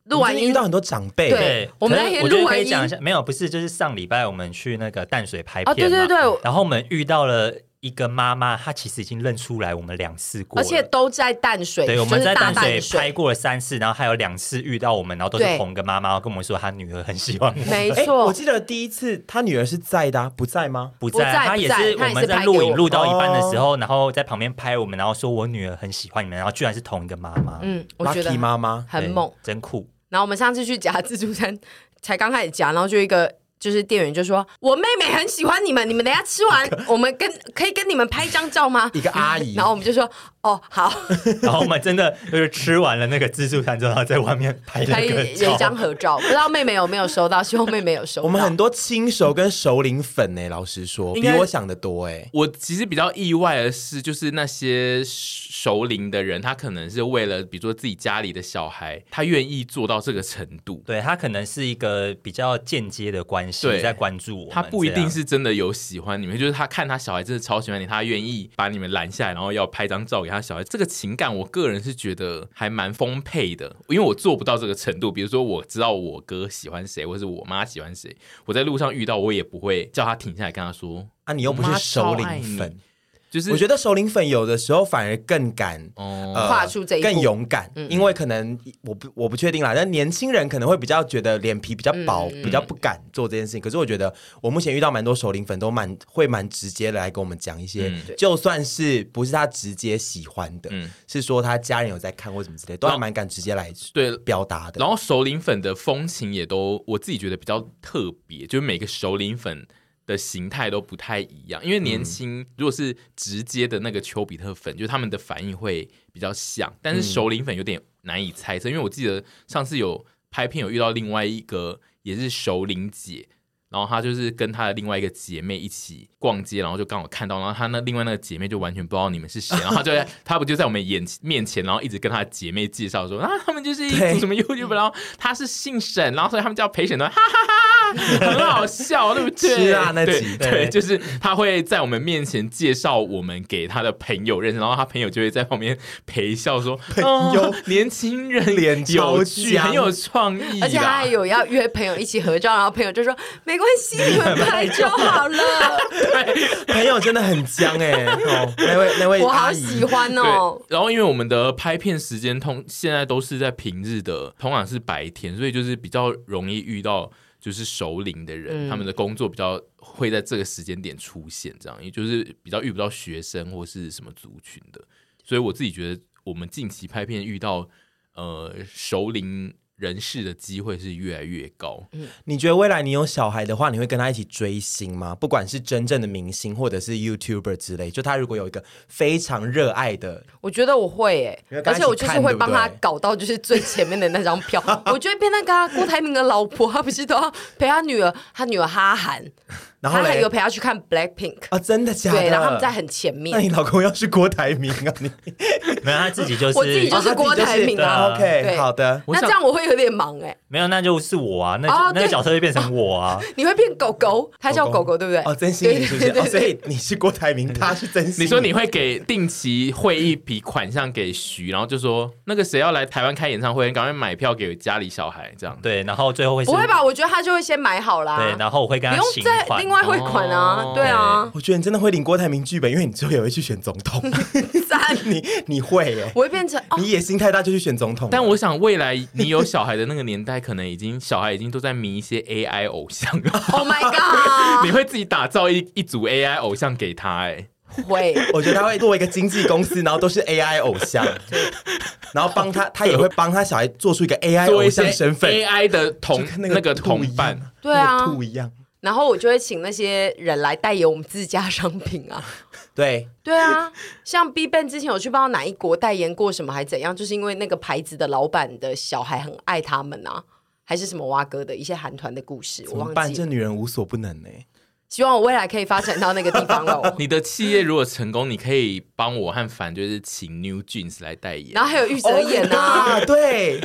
[SPEAKER 1] 录完
[SPEAKER 3] 我真的
[SPEAKER 1] 音
[SPEAKER 3] 遇到很多长辈，
[SPEAKER 1] 对我们
[SPEAKER 2] 可
[SPEAKER 1] 那
[SPEAKER 2] 是
[SPEAKER 1] 天
[SPEAKER 2] 我觉
[SPEAKER 1] 录
[SPEAKER 2] 得
[SPEAKER 1] 完
[SPEAKER 2] 可以
[SPEAKER 1] 音
[SPEAKER 2] 讲一下，没有，不是，就是上礼拜我们去那个淡水拍片
[SPEAKER 1] 哦
[SPEAKER 2] 嘛，
[SPEAKER 1] 对对对
[SPEAKER 2] 然后我们遇到了一个妈妈，她其实已经认出来我们两次过
[SPEAKER 1] 而
[SPEAKER 2] 了，
[SPEAKER 1] 且都在淡水，
[SPEAKER 2] 对，我
[SPEAKER 1] 就
[SPEAKER 2] 们
[SPEAKER 1] 是
[SPEAKER 2] 在
[SPEAKER 1] 大
[SPEAKER 2] 淡
[SPEAKER 1] 淡
[SPEAKER 2] 水拍过了三次，然后还有两次遇到我们，然后都
[SPEAKER 1] 对
[SPEAKER 2] 是同一个妈妈，然后跟我们说她女儿很喜欢我。
[SPEAKER 1] 没
[SPEAKER 3] 哎，
[SPEAKER 1] 错
[SPEAKER 3] 我，记得第一次他女儿是在的啊，不在吗？
[SPEAKER 2] 不
[SPEAKER 1] 不
[SPEAKER 2] 在啊，
[SPEAKER 1] 在
[SPEAKER 2] 她
[SPEAKER 1] 不
[SPEAKER 2] 也
[SPEAKER 1] 在
[SPEAKER 2] 是
[SPEAKER 1] 她
[SPEAKER 2] 我
[SPEAKER 1] 也
[SPEAKER 2] 们
[SPEAKER 1] 是
[SPEAKER 2] 在
[SPEAKER 1] 拍
[SPEAKER 2] 录
[SPEAKER 1] 给
[SPEAKER 2] 影
[SPEAKER 1] 我
[SPEAKER 2] 录到一半的时
[SPEAKER 3] 哦
[SPEAKER 2] 候，然后在旁边拍我们，然后说我女儿很喜欢你们，然后居然是同一个妈妈，
[SPEAKER 1] 嗯，我觉得
[SPEAKER 3] Lucky 妈妈
[SPEAKER 1] 很
[SPEAKER 2] 对
[SPEAKER 1] 猛。，
[SPEAKER 2] 真酷。
[SPEAKER 1] 然后我们上次去夹自助餐，才刚开始夹，然后就一个就是店员就说：“我妹妹很喜欢你们，你们等一下吃完，我们跟可以跟你们拍一张照吗？”
[SPEAKER 3] 一个阿姨
[SPEAKER 1] 然后我们就说：“哦，好，
[SPEAKER 2] 然后我们真的就是吃完了那个自助餐之后，然后在外面拍了
[SPEAKER 1] 拍
[SPEAKER 2] 一个
[SPEAKER 1] 一
[SPEAKER 2] 照。
[SPEAKER 1] 张合照。”不知道妹妹有没有收到，希望妹妹有收到。
[SPEAKER 3] 我们很多亲熟跟熟龄粉呢，老实说，比
[SPEAKER 4] 应该
[SPEAKER 3] 我想的多哎。
[SPEAKER 4] 我其实比较意外的是，就是那些熟龄的人，他可能是为了比如说自己家里的小孩，他愿意做到这个程度，
[SPEAKER 2] 对他可能是一个比较间接的关系
[SPEAKER 4] 对
[SPEAKER 2] 在关注我们，
[SPEAKER 4] 他不一
[SPEAKER 2] 这样
[SPEAKER 4] 定是真的有喜欢你们，就是他看他小孩真的超喜欢你，他愿意把你们拦下来，然后要拍张照给他小孩。这个情感，我个人是觉得还蛮丰沛的，因为我做不到这个程度。比如说，我知道我哥喜欢谁，或是我妈喜欢谁，我在路上遇到，我也不会叫他停下来跟他说，
[SPEAKER 3] 啊，你又不是熟龄
[SPEAKER 4] 我妈超爱
[SPEAKER 3] 粉
[SPEAKER 4] 你，就是
[SPEAKER 3] 我觉
[SPEAKER 4] 得
[SPEAKER 3] 得熟龄粉有的时候反而更敢
[SPEAKER 4] 哦。
[SPEAKER 3] 呃
[SPEAKER 1] 跨出这一步嗯
[SPEAKER 3] 更勇敢，因为可能我不我不确定啦，但年轻人可能会比较觉得脸皮比较薄，
[SPEAKER 1] 嗯
[SPEAKER 3] 比较不敢做这件事情。可是我觉得我目前遇到蛮多熟龄粉都蛮会蛮直接的来跟我们讲一些，
[SPEAKER 4] 嗯
[SPEAKER 3] 就算是不是他直接喜欢的，
[SPEAKER 4] 嗯
[SPEAKER 3] 是说他家人有在看或什么之类，都还蛮敢直接来
[SPEAKER 4] 对
[SPEAKER 3] 表达的。
[SPEAKER 4] 然后熟龄粉的风情也都，我自己觉得比较特别，就是每个熟龄粉的形态都不太一样，因为年轻如果是直接的那个丘比特粉，就是他们的反应会比较像，但是熟龄粉有点难以猜测，因为我记得上次有拍片有遇到另外一个也是熟龄姐，然后她就是跟她的另外一个姐妹一起逛街，然后就刚好看到，然后她那另外那个姐妹就完全不知道你们 是谁，然后她就在她不就在我们眼面前，然后一直跟她的姐妹介绍说啊，他们就是一
[SPEAKER 3] 对
[SPEAKER 4] 组什么 YouTube，然后她是姓沈，然后所以他们叫陪审团，哈哈哈，很好笑，对不对？
[SPEAKER 3] 是啊那
[SPEAKER 4] 对
[SPEAKER 3] 集
[SPEAKER 4] 对
[SPEAKER 2] 对
[SPEAKER 4] 就是她会在我们面前介绍我们给她的朋友认识，然后她朋友就会在旁边陪笑说，朋
[SPEAKER 3] 友
[SPEAKER 4] 年轻人
[SPEAKER 3] 脸超
[SPEAKER 4] 有趣，
[SPEAKER 3] 僵
[SPEAKER 4] 很有创意啊啦，
[SPEAKER 1] 而且他还有要约朋友一起合照，然后朋友就说没关系，你们拍就好了，
[SPEAKER 3] 朋友真的很僵 哎、哦，那位那位
[SPEAKER 1] 我好
[SPEAKER 3] 阿姨
[SPEAKER 1] 喜欢哦。
[SPEAKER 4] 对，然后因为我们的拍片时间通现在都是在平日的，通常是白天，所以就是比较容易遇到就是熟龄的人，
[SPEAKER 1] 嗯
[SPEAKER 4] 他们的工作比较会在这个时间点出现，这样也就是比较遇不到学生或是什么族群的。所以我自己觉得，我们近期拍片遇到呃熟龄人士的机会是越来越高。
[SPEAKER 3] 你觉得未来你有小孩的话，你会跟他一起追星吗？不管是真正的明星，或者是 YouTuber 之类，就他如果有一个非常热爱的，
[SPEAKER 1] 我觉得我会诶、
[SPEAKER 3] 因为
[SPEAKER 1] 而
[SPEAKER 3] 跟他
[SPEAKER 1] 且我就是会帮
[SPEAKER 3] 一起
[SPEAKER 1] 他
[SPEAKER 3] 看对不对
[SPEAKER 1] 搞到就是最前面的那张 票。我觉得变那个啊郭台铭的老婆，她不是都要陪她女儿，她女儿哈韩，
[SPEAKER 3] 然后
[SPEAKER 1] 她还
[SPEAKER 3] 嘞
[SPEAKER 1] 有陪她去看 Blackpink，、
[SPEAKER 3] 啊，真的假的？哎
[SPEAKER 1] 对，然后他们在很前面
[SPEAKER 3] 那。你老公要是郭台铭啊，你
[SPEAKER 2] 没有他自己 就是
[SPEAKER 1] 我自己 就是
[SPEAKER 3] 哦他自己
[SPEAKER 1] 郭台铭啊
[SPEAKER 3] 就是对
[SPEAKER 1] 对
[SPEAKER 3] OK，好的。
[SPEAKER 4] 我
[SPEAKER 1] 那
[SPEAKER 4] 想
[SPEAKER 1] 这样我会有点忙哎、
[SPEAKER 2] 没有，那就是我啊，那
[SPEAKER 1] 哦
[SPEAKER 2] 那个
[SPEAKER 1] 对
[SPEAKER 2] 角色就变成 我啊。
[SPEAKER 1] 你会骗狗狗，它叫狗狗对不对？
[SPEAKER 3] 哦，真心你是不
[SPEAKER 1] 对
[SPEAKER 3] 是？
[SPEAKER 1] 对对
[SPEAKER 3] 哦，所以你是郭台铭，他是真心。
[SPEAKER 4] 你说你会给定期会议笔款项给徐，然后就说那个谁要来台湾开演唱会，赶快买票给家里小孩这样。
[SPEAKER 2] 对，然后最后会是
[SPEAKER 1] 不会吧？我觉得他就会先买好啦，
[SPEAKER 2] 对，然后我会跟
[SPEAKER 1] 不
[SPEAKER 2] 他
[SPEAKER 1] 用
[SPEAKER 2] 请
[SPEAKER 1] 再
[SPEAKER 2] 款
[SPEAKER 1] 另。外汇款啊，
[SPEAKER 4] 哦
[SPEAKER 1] 对啊，
[SPEAKER 3] 我觉得你真的会领郭台铭剧本，因为你最后也会去选总 统，
[SPEAKER 1] 赞，
[SPEAKER 3] 你你会耶、
[SPEAKER 1] 我会变成 哦，
[SPEAKER 3] 你野心太大就去选总统了。
[SPEAKER 4] 但我想，未来你有小孩的那个年代，可能已经小孩已经都在迷一些 AI 偶像 了。
[SPEAKER 1] Oh my god！
[SPEAKER 4] 你会自己打造一一组 AI 偶像给他、哎，
[SPEAKER 1] 会，
[SPEAKER 3] 我觉得他会作为一个经纪公司， 然后都是 AI 偶像，然后帮他，他也会帮他小孩做出一个 AI
[SPEAKER 4] 做
[SPEAKER 3] 哎偶
[SPEAKER 4] 一些
[SPEAKER 3] 像身份，
[SPEAKER 4] AI 的
[SPEAKER 3] 就
[SPEAKER 4] 同
[SPEAKER 3] 跟
[SPEAKER 4] 那
[SPEAKER 3] 个
[SPEAKER 4] 个
[SPEAKER 3] 兔
[SPEAKER 4] 同
[SPEAKER 3] 一样
[SPEAKER 4] 伴。，
[SPEAKER 1] 对啊
[SPEAKER 3] 那个兔一样，
[SPEAKER 1] 然后我就会请那些人来代言我们自家商品 啊。
[SPEAKER 3] 对，
[SPEAKER 1] 对啊，像 B Ban 之前有去不知道哪一国代言过什么，还怎样，就是因为那个牌子的老板的小孩很爱他们啊，还是什么蛙哥的一些韩团的故事，
[SPEAKER 3] 怎
[SPEAKER 1] 我
[SPEAKER 3] 么
[SPEAKER 1] 忘
[SPEAKER 3] 办？
[SPEAKER 1] 记
[SPEAKER 3] 这
[SPEAKER 1] 了。
[SPEAKER 3] 女人无所不能呢、
[SPEAKER 1] 希望我未来可以发展到那个地方哦 喽。
[SPEAKER 4] 你的企业如果成功，你可以帮我和凡就是请 New Jeans 来代言。
[SPEAKER 1] 然后还有玉泽演啊。
[SPEAKER 3] 啊，对，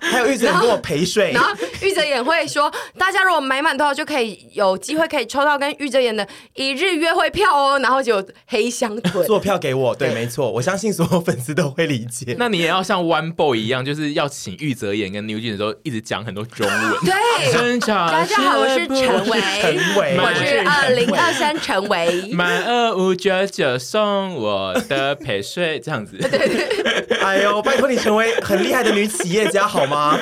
[SPEAKER 3] 还有玉子给我陪睡
[SPEAKER 1] 然，后玉泽演会说，大家如果买满多少就可以有机会可以抽到跟玉泽演的一日约会票哦，然后就黑箱腿。
[SPEAKER 3] 做票给我，对，
[SPEAKER 1] 对
[SPEAKER 3] 没错，我相信所有粉丝都会理 解。
[SPEAKER 4] 那你也要像 One Boy 一样，就是要请玉泽演跟 New Jeans 都一直讲很多中文。
[SPEAKER 1] 对，
[SPEAKER 4] 生产
[SPEAKER 1] 哎大家好，我是
[SPEAKER 4] 不
[SPEAKER 1] 陈维，
[SPEAKER 3] 陈维
[SPEAKER 1] 我是二零二三陈维。
[SPEAKER 4] 满二五九九送我的陪睡，这样子。
[SPEAKER 3] 哎呦， 拜托你成为很厉害的女企业家好吗？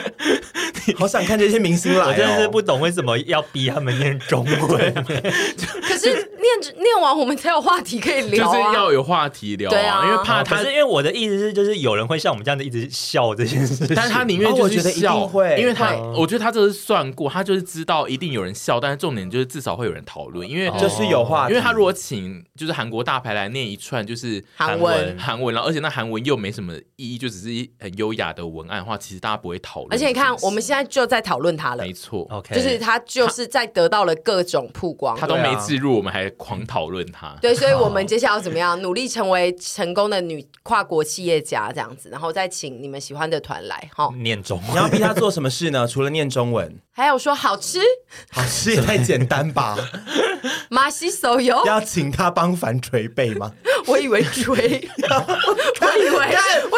[SPEAKER 3] 好想看这些明星来、哦，
[SPEAKER 2] 我真
[SPEAKER 4] 哎
[SPEAKER 2] 的是不懂为什么要逼他们念中文，
[SPEAKER 1] 可是念念完我们才有话题可以
[SPEAKER 4] 就
[SPEAKER 1] 聊
[SPEAKER 4] 是
[SPEAKER 1] 啊。
[SPEAKER 4] 要有话题聊
[SPEAKER 1] 对啊
[SPEAKER 4] 因为
[SPEAKER 2] 怕
[SPEAKER 4] 怕
[SPEAKER 2] 他
[SPEAKER 4] 他
[SPEAKER 2] 哦
[SPEAKER 3] 哦
[SPEAKER 2] 是因，为我的意思是，就是有人会像我们这样子一直笑这件事情，
[SPEAKER 4] 但是他宁愿
[SPEAKER 3] 哦
[SPEAKER 4] 就
[SPEAKER 3] 我
[SPEAKER 4] 是
[SPEAKER 3] 觉得一定
[SPEAKER 4] 笑，
[SPEAKER 3] 会嗯
[SPEAKER 4] 因为他
[SPEAKER 1] 对
[SPEAKER 4] 我觉得他这是算过，他就是知道一定有人笑，但是重点就是至少会有人讨论，因为
[SPEAKER 2] 哦
[SPEAKER 3] 就是有话题，
[SPEAKER 4] 因为他如果请就是韩国大牌来念一串就是
[SPEAKER 1] 韩
[SPEAKER 2] 文
[SPEAKER 4] 韩文，然后而且那韩文又没什么意义，就只是一很优雅的文案的话，其实大家不会讨论。
[SPEAKER 1] 而且你看，我们现在就在讨论他了
[SPEAKER 4] 没，错，
[SPEAKER 2] OK，
[SPEAKER 1] 就是他就是在得到了各种曝光
[SPEAKER 4] 他。都
[SPEAKER 3] 对
[SPEAKER 4] 没
[SPEAKER 3] 啊
[SPEAKER 4] 置入，我们还狂讨论他。
[SPEAKER 1] 对，所以我们接下来要怎么样努力成为成功的女跨国企业家这样子，然后再请你们喜欢的团来哈。
[SPEAKER 2] 念 中
[SPEAKER 3] 你要
[SPEAKER 2] 文。
[SPEAKER 3] 逼他做什么事呢？ 除了念中文，
[SPEAKER 1] 还有说好吃
[SPEAKER 3] 好吃也太简单 吧？
[SPEAKER 1] 马西手游，
[SPEAKER 2] 哦
[SPEAKER 3] 要请他帮凡捶背吗？
[SPEAKER 1] 我以为追，我以为我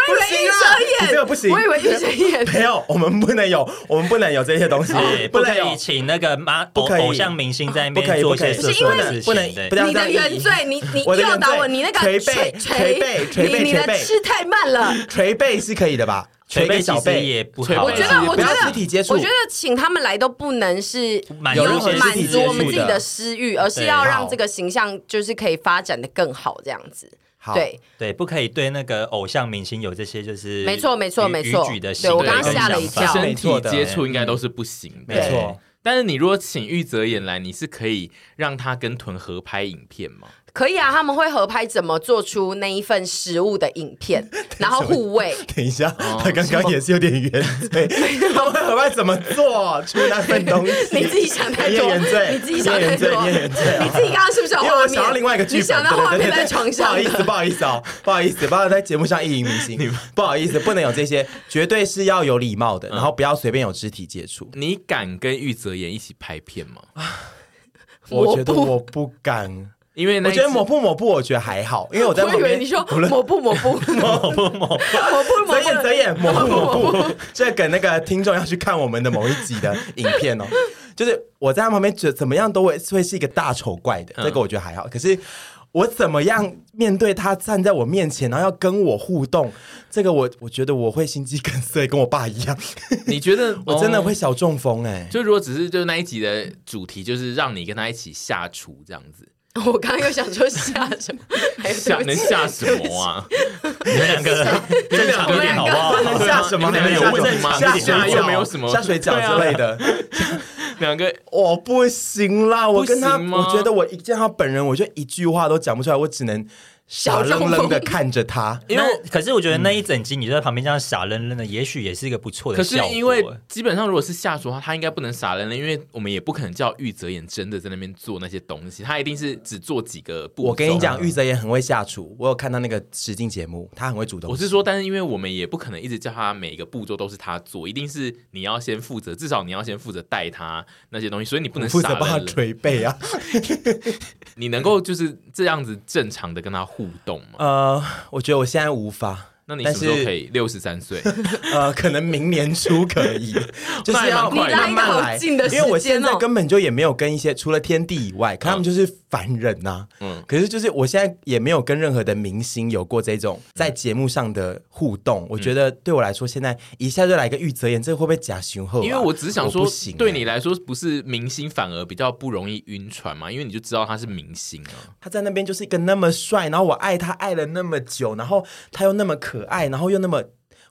[SPEAKER 1] 以为玉
[SPEAKER 3] 你
[SPEAKER 1] 泽
[SPEAKER 3] 这
[SPEAKER 1] 演，
[SPEAKER 3] 个不行
[SPEAKER 1] 我以为玉泽 演
[SPEAKER 3] 没有，我们不能有，我们不能有这些东西
[SPEAKER 2] 对，，哦不
[SPEAKER 3] 能
[SPEAKER 2] 可
[SPEAKER 3] 有
[SPEAKER 2] 以，请那个妈偶
[SPEAKER 3] 不可以
[SPEAKER 2] 偶像明星在那
[SPEAKER 3] 不可
[SPEAKER 2] 边
[SPEAKER 3] 以，
[SPEAKER 2] 做
[SPEAKER 3] 不
[SPEAKER 2] 一
[SPEAKER 3] 可
[SPEAKER 2] 些
[SPEAKER 3] 以，
[SPEAKER 2] 色色的事
[SPEAKER 3] 不能
[SPEAKER 2] 情。，
[SPEAKER 3] 不
[SPEAKER 2] 对，
[SPEAKER 3] 能
[SPEAKER 1] 你的原罪，你你
[SPEAKER 3] 我的
[SPEAKER 1] 诱导
[SPEAKER 3] 原罪
[SPEAKER 1] 我，你那个
[SPEAKER 3] 捶
[SPEAKER 1] 捶
[SPEAKER 3] 背捶背捶背
[SPEAKER 1] 你你的
[SPEAKER 3] 捶背
[SPEAKER 1] 吃太慢了。
[SPEAKER 3] 捶背是可以的吧？捶
[SPEAKER 2] 背
[SPEAKER 3] 个
[SPEAKER 2] 其
[SPEAKER 3] 小
[SPEAKER 2] 实
[SPEAKER 3] 背，
[SPEAKER 2] 也不
[SPEAKER 4] 捶
[SPEAKER 2] 好
[SPEAKER 4] 背
[SPEAKER 2] 啊。
[SPEAKER 1] 我觉得，我觉
[SPEAKER 3] 不
[SPEAKER 4] 其实
[SPEAKER 3] 要
[SPEAKER 1] 得
[SPEAKER 3] 肢体接触
[SPEAKER 1] 我觉得请他们来都不能是
[SPEAKER 2] 满
[SPEAKER 3] 足有任何
[SPEAKER 1] 满
[SPEAKER 3] 肢体接
[SPEAKER 1] 足
[SPEAKER 3] 触
[SPEAKER 1] 我们自己
[SPEAKER 3] 的
[SPEAKER 1] 的私欲，而是
[SPEAKER 2] 对
[SPEAKER 1] 要
[SPEAKER 3] 好
[SPEAKER 1] 让这个形象就是可以发展的更好，这样子。
[SPEAKER 3] 好
[SPEAKER 1] 对，
[SPEAKER 2] 对，不可以对那个偶像明星有这些就是
[SPEAKER 1] 没错没错
[SPEAKER 2] 逾
[SPEAKER 1] 没错
[SPEAKER 2] 逾矩的
[SPEAKER 1] 对
[SPEAKER 2] 行为
[SPEAKER 1] 我刚
[SPEAKER 4] 刚
[SPEAKER 2] 跟
[SPEAKER 1] 吓了一
[SPEAKER 2] 想法
[SPEAKER 1] 跳
[SPEAKER 4] 身
[SPEAKER 3] 没错
[SPEAKER 4] 体
[SPEAKER 3] 的
[SPEAKER 4] 接触应该都是不行
[SPEAKER 2] 没
[SPEAKER 4] 的，
[SPEAKER 1] 对
[SPEAKER 2] 错，
[SPEAKER 4] 但是你如果请玉泽演来，你是可以让他跟屯合拍影片吗？
[SPEAKER 1] 可以啊，他们会合拍怎么做出那一份食物的影片， 然后互喂。
[SPEAKER 3] 等一下，
[SPEAKER 2] 哦
[SPEAKER 3] 他刚刚也是有点原 罪，他们合拍怎么做出那份东西？
[SPEAKER 1] 你自己想太
[SPEAKER 3] 你也
[SPEAKER 1] 多，
[SPEAKER 3] 原罪，
[SPEAKER 1] 你自己想太多，
[SPEAKER 3] 你也原罪，你也原罪
[SPEAKER 1] 你自己刚刚是不是有
[SPEAKER 3] 因为
[SPEAKER 1] 画
[SPEAKER 3] 我
[SPEAKER 1] 面？
[SPEAKER 3] 想到另外一个剧本，
[SPEAKER 1] 你想到画
[SPEAKER 3] 对对
[SPEAKER 1] 面
[SPEAKER 3] 对对
[SPEAKER 1] 在床上
[SPEAKER 3] 不好
[SPEAKER 1] 的
[SPEAKER 3] 意思，不好意思哦，不好意思，不要在节目上意淫迷心，不好意思，不能有这些，绝对是要有礼貌的，然后不要随便有肢体接触。
[SPEAKER 4] 你敢跟玉泽演一起拍片吗？
[SPEAKER 1] 我不
[SPEAKER 3] 我觉得我不敢，
[SPEAKER 4] 因为那
[SPEAKER 3] 我
[SPEAKER 4] 一
[SPEAKER 3] 觉得
[SPEAKER 4] 次
[SPEAKER 3] 抹布抹布，我觉得还好，因为我在
[SPEAKER 1] 我
[SPEAKER 3] 旁
[SPEAKER 1] 以为
[SPEAKER 3] 边
[SPEAKER 1] 你。说抹布抹布抹 布抹布抹
[SPEAKER 3] 遮
[SPEAKER 1] 布
[SPEAKER 3] 掩遮掩，抹布抹布，这给那个听众要去看我们的某一集的影片哦。就是我在他旁边，觉得怎么样都会会是一个大丑怪的，这个我觉得还好。可是我怎么样面对他站在我面前，然后要跟我互动，这个我我觉得我会心肌梗塞，跟我爸一样，
[SPEAKER 4] 你觉得
[SPEAKER 3] 我真的
[SPEAKER 4] 哦
[SPEAKER 3] 会小中风哎、
[SPEAKER 4] 就如果只是就那一集的主题就是让你跟他一起下厨这样子，
[SPEAKER 1] 我刚刚又想说下什么，哎
[SPEAKER 4] 下能下什？么啊？
[SPEAKER 2] 你们两 个正常一点好不
[SPEAKER 1] 我
[SPEAKER 3] 能
[SPEAKER 2] 好？
[SPEAKER 3] 下什么？
[SPEAKER 4] 你们有
[SPEAKER 3] 下
[SPEAKER 4] 问
[SPEAKER 3] 什
[SPEAKER 4] 题吗
[SPEAKER 3] 么下
[SPEAKER 4] 你
[SPEAKER 3] 水
[SPEAKER 4] 下
[SPEAKER 3] 饺
[SPEAKER 4] 又没有什么
[SPEAKER 3] 下水饺之类的。
[SPEAKER 4] 两个
[SPEAKER 3] 我哦不行啦，我跟他，
[SPEAKER 4] 不行吗
[SPEAKER 3] 我觉得我一见他本人，我就一句话都讲不出来，我只能傻愣愣的看着 他。
[SPEAKER 4] 因为
[SPEAKER 2] 那可是我觉得那一整集你就在旁边这样傻愣愣的，也许也是一个不错
[SPEAKER 4] 可
[SPEAKER 2] 的
[SPEAKER 4] 是
[SPEAKER 2] 效果。
[SPEAKER 4] 因为基本上如果是下厨的话，他应该不能傻人了，因为我们也不可能叫玉泽演真的在那边做那些东西，他一定是只做几个步骤。
[SPEAKER 3] 我跟你讲，玉泽也很会下厨，我有看到那个实境节目，他很会煮东西。
[SPEAKER 4] 我是说，但是因为我们也不可能一直叫他每一个步骤都是他做，一定是你要先负责，至少你要先负责带他那些东西，所以你不能
[SPEAKER 3] 负
[SPEAKER 4] 傻
[SPEAKER 3] 责帮他
[SPEAKER 4] 人了。
[SPEAKER 3] 捶背啊。
[SPEAKER 4] 你能够就是这样子正常的跟他互动吗？
[SPEAKER 3] 呃，我觉得我现在无法。
[SPEAKER 4] 那你什
[SPEAKER 3] 但
[SPEAKER 4] 么时候可
[SPEAKER 3] 是
[SPEAKER 4] 以？六十三岁，
[SPEAKER 3] 呃，可能明年初可以，就是要
[SPEAKER 4] 那也蛮快的
[SPEAKER 3] 慢慢
[SPEAKER 1] 你来一
[SPEAKER 3] 来，
[SPEAKER 1] 个好近的时间哦
[SPEAKER 3] 因为我现在根本就也没有跟一些除了天地以外，可他们就是凡人呐、
[SPEAKER 4] 嗯
[SPEAKER 3] 嗯，可是就是我现在也没有跟任何的明星有过这种在节目上的互动，我觉得对我来说，现在一下就来个玉泽演，这会不会假雄厚、啊？
[SPEAKER 4] 因为我只是想
[SPEAKER 3] 我
[SPEAKER 4] 说
[SPEAKER 3] 不行、，啊
[SPEAKER 4] 对你，来说不是明星反而比较不容易晕船嘛，因为你就知道他是明星啊。
[SPEAKER 3] 他在那边就是一个那么帅，然后我爱他爱了那么久，然后他又那么可爱，然后又那么。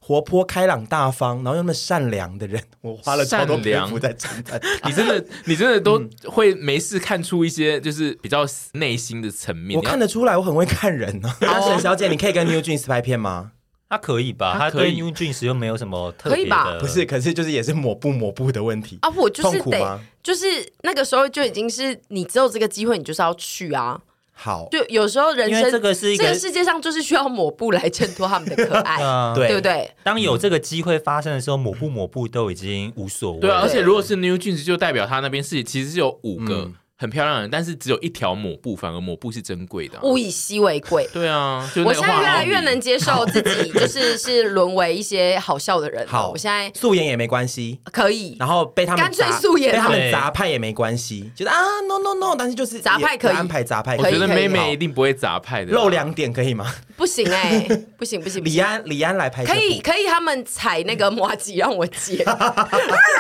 [SPEAKER 3] 活泼开朗大方，然后又那么善良的人，我花了超多
[SPEAKER 4] 善
[SPEAKER 3] 篇
[SPEAKER 4] 良
[SPEAKER 3] 幅在称赞 他。
[SPEAKER 4] 你真的，你真的都会没事看出一些就是比较内心的层面。
[SPEAKER 3] 我
[SPEAKER 4] 你要
[SPEAKER 3] 看得出来，我很会看人
[SPEAKER 1] 哦
[SPEAKER 3] 呢、啊。沈小姐，你可以跟 New Jeans 拍片吗？
[SPEAKER 2] 他可以吧？
[SPEAKER 4] 他
[SPEAKER 2] 他
[SPEAKER 4] 可以
[SPEAKER 2] 对 New Jeans 又没有什么特
[SPEAKER 1] 可
[SPEAKER 2] 别
[SPEAKER 1] 以吧
[SPEAKER 2] 的，
[SPEAKER 4] 呃
[SPEAKER 3] 不是，可是就是也是抹布抹布的问题。
[SPEAKER 1] 啊，我就
[SPEAKER 3] 痛
[SPEAKER 1] 是
[SPEAKER 3] 苦
[SPEAKER 1] 得
[SPEAKER 3] 吗，
[SPEAKER 1] 就是那个时候就已经是你只有这个机会，你就是要去啊。
[SPEAKER 3] 好，
[SPEAKER 1] 就有时候人
[SPEAKER 2] 因
[SPEAKER 1] 生
[SPEAKER 2] 为这个是一个
[SPEAKER 1] 这世界上就是需要抹布来衬托他们的可爱，
[SPEAKER 2] 啊，
[SPEAKER 3] 对
[SPEAKER 1] 对不对？
[SPEAKER 2] 当有这个机会发生的时候，抹布抹布都已经无所谓。
[SPEAKER 4] 嗯对啊，而且如果是 New Jeans，就代表他那边是其实是有五
[SPEAKER 3] 嗯
[SPEAKER 4] 个很漂亮的人，但是只有一条抹布，反而抹布是珍贵的啊、
[SPEAKER 1] 物以稀为贵。
[SPEAKER 4] 对啊，就那
[SPEAKER 1] 我
[SPEAKER 4] 个
[SPEAKER 1] 现在
[SPEAKER 4] 画
[SPEAKER 1] 越来
[SPEAKER 4] 笔
[SPEAKER 1] 越能接受自己，就是是沦为一些好笑的人了。
[SPEAKER 3] 好
[SPEAKER 1] 我现在
[SPEAKER 3] 素颜也没关系。
[SPEAKER 1] 可以，
[SPEAKER 3] 然后被他们
[SPEAKER 1] 干脆
[SPEAKER 3] 砸
[SPEAKER 1] 素颜啊
[SPEAKER 3] 被他们
[SPEAKER 2] 对
[SPEAKER 3] 砸派也没关系，觉得啊 no no no，但是就是
[SPEAKER 1] 砸派
[SPEAKER 3] 也
[SPEAKER 1] 可以
[SPEAKER 3] 安排砸派，
[SPEAKER 4] 我
[SPEAKER 1] 可以
[SPEAKER 4] 觉得
[SPEAKER 1] 可以
[SPEAKER 4] 妹妹
[SPEAKER 1] 好
[SPEAKER 4] 一定不会砸派的啦，啊
[SPEAKER 3] 露两点可以吗？
[SPEAKER 1] 不行哎、不行不行，不
[SPEAKER 3] 李
[SPEAKER 1] 行
[SPEAKER 3] 安李安来拍这
[SPEAKER 1] 可
[SPEAKER 3] 部
[SPEAKER 1] 以，可以，他们踩那个摩吉让我接，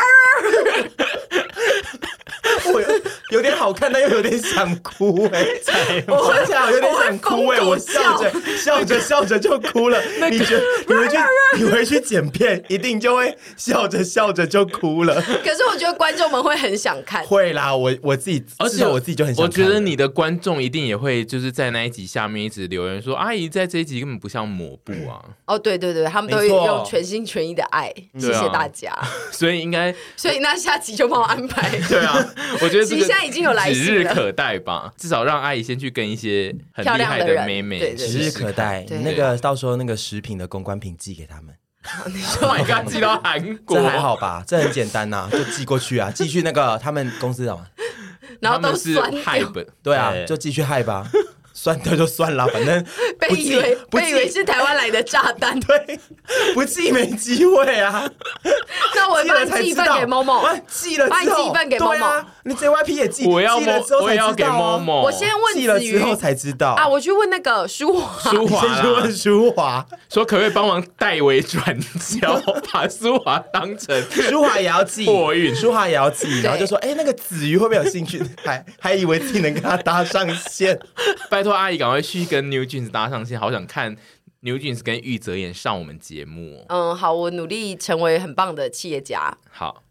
[SPEAKER 3] 我有有点好看，但又有点想哭哎、我想起来我有点想哭哎、
[SPEAKER 1] 我会
[SPEAKER 3] 我
[SPEAKER 1] 疯
[SPEAKER 3] 笑着笑着笑着就 哭了。你觉得你回去你回去剪片，一定就会笑着笑着就哭了。
[SPEAKER 1] 可是我觉得观众们会很想看。
[SPEAKER 3] 会啦，我我自己，
[SPEAKER 4] 而
[SPEAKER 3] 至
[SPEAKER 4] 且
[SPEAKER 3] 少我自己就很想
[SPEAKER 4] 我
[SPEAKER 3] 看了。
[SPEAKER 4] 觉得你的观众一定也会就是在那一集下面一直留言说，阿姨在这一集根本不像抹布 啊，
[SPEAKER 1] 哦，对对对，他们都会
[SPEAKER 3] 没错
[SPEAKER 1] 用全心全意的爱，谢
[SPEAKER 4] 对啊
[SPEAKER 1] 谢大家。
[SPEAKER 4] 所以应该
[SPEAKER 1] 所以那下集就帮我安 排。
[SPEAKER 4] 对啊， 我觉得这
[SPEAKER 1] 其
[SPEAKER 4] 个
[SPEAKER 1] 实现在已经有来
[SPEAKER 4] 指日
[SPEAKER 1] 信了。
[SPEAKER 4] 可待吧，至少让阿姨先去跟一些很
[SPEAKER 1] 漂
[SPEAKER 4] 厉
[SPEAKER 1] 亮
[SPEAKER 4] 害
[SPEAKER 1] 的人
[SPEAKER 4] 妹妹
[SPEAKER 1] 对对对
[SPEAKER 3] 指日可待，
[SPEAKER 1] 对
[SPEAKER 3] 你那个到时候那个食品的公关品寄给他们，
[SPEAKER 4] ，Oh my god，寄到韩国
[SPEAKER 3] 这还好吧？这很简单 呐、就寄过去啊，寄去那个他们公司好吗？
[SPEAKER 1] 然后
[SPEAKER 4] 他
[SPEAKER 1] 都
[SPEAKER 4] 们是
[SPEAKER 1] 酸
[SPEAKER 4] 害
[SPEAKER 1] 掉，
[SPEAKER 4] 本。
[SPEAKER 3] 对啊，
[SPEAKER 2] 对
[SPEAKER 3] 就继续害吧， 算掉就算啦，反正
[SPEAKER 1] 被
[SPEAKER 3] 不
[SPEAKER 1] 以
[SPEAKER 3] 寄
[SPEAKER 1] 为
[SPEAKER 3] 不
[SPEAKER 1] 被以为
[SPEAKER 3] 寄
[SPEAKER 1] 是台湾来的炸弹。
[SPEAKER 3] 对，不寄没机 会啊，
[SPEAKER 1] 哦那我
[SPEAKER 3] 寄了
[SPEAKER 1] 帮
[SPEAKER 3] 才
[SPEAKER 1] 你寄一
[SPEAKER 3] 知
[SPEAKER 1] 份
[SPEAKER 3] 道
[SPEAKER 1] 给某某。
[SPEAKER 3] 啊寄了
[SPEAKER 1] 帮你
[SPEAKER 3] 之后
[SPEAKER 1] 寄一份给
[SPEAKER 3] 对
[SPEAKER 1] Momo
[SPEAKER 3] 啊，你 JYP 也 寄，
[SPEAKER 4] 我要
[SPEAKER 3] 寄了之后
[SPEAKER 4] 摸，我
[SPEAKER 3] 才
[SPEAKER 4] 要
[SPEAKER 3] 知
[SPEAKER 4] 给
[SPEAKER 3] 道啊
[SPEAKER 4] 某某。
[SPEAKER 1] 我先问
[SPEAKER 3] 寄了
[SPEAKER 1] 子瑜
[SPEAKER 3] 之后才知道
[SPEAKER 1] 啊，我去问那个舒华，
[SPEAKER 4] 舒
[SPEAKER 3] 你
[SPEAKER 4] 华
[SPEAKER 3] 先去
[SPEAKER 4] 啦
[SPEAKER 3] 问，舒 华，
[SPEAKER 4] 说可不可以帮忙代为转交，把舒华 当成
[SPEAKER 3] 舒华也要寄
[SPEAKER 4] 货运
[SPEAKER 3] 舒华也要寄，
[SPEAKER 1] 对
[SPEAKER 3] 然后就说，哎，那个子瑜会不会有兴趣？还还以为自己能跟他搭上线，
[SPEAKER 4] 拜托阿姨赶快去跟 New Jeans 搭上线，好想看 New Jeans 跟玉泽演上我们节目哦、
[SPEAKER 1] 嗯，好，我努力成为很棒的企业家。
[SPEAKER 4] 好，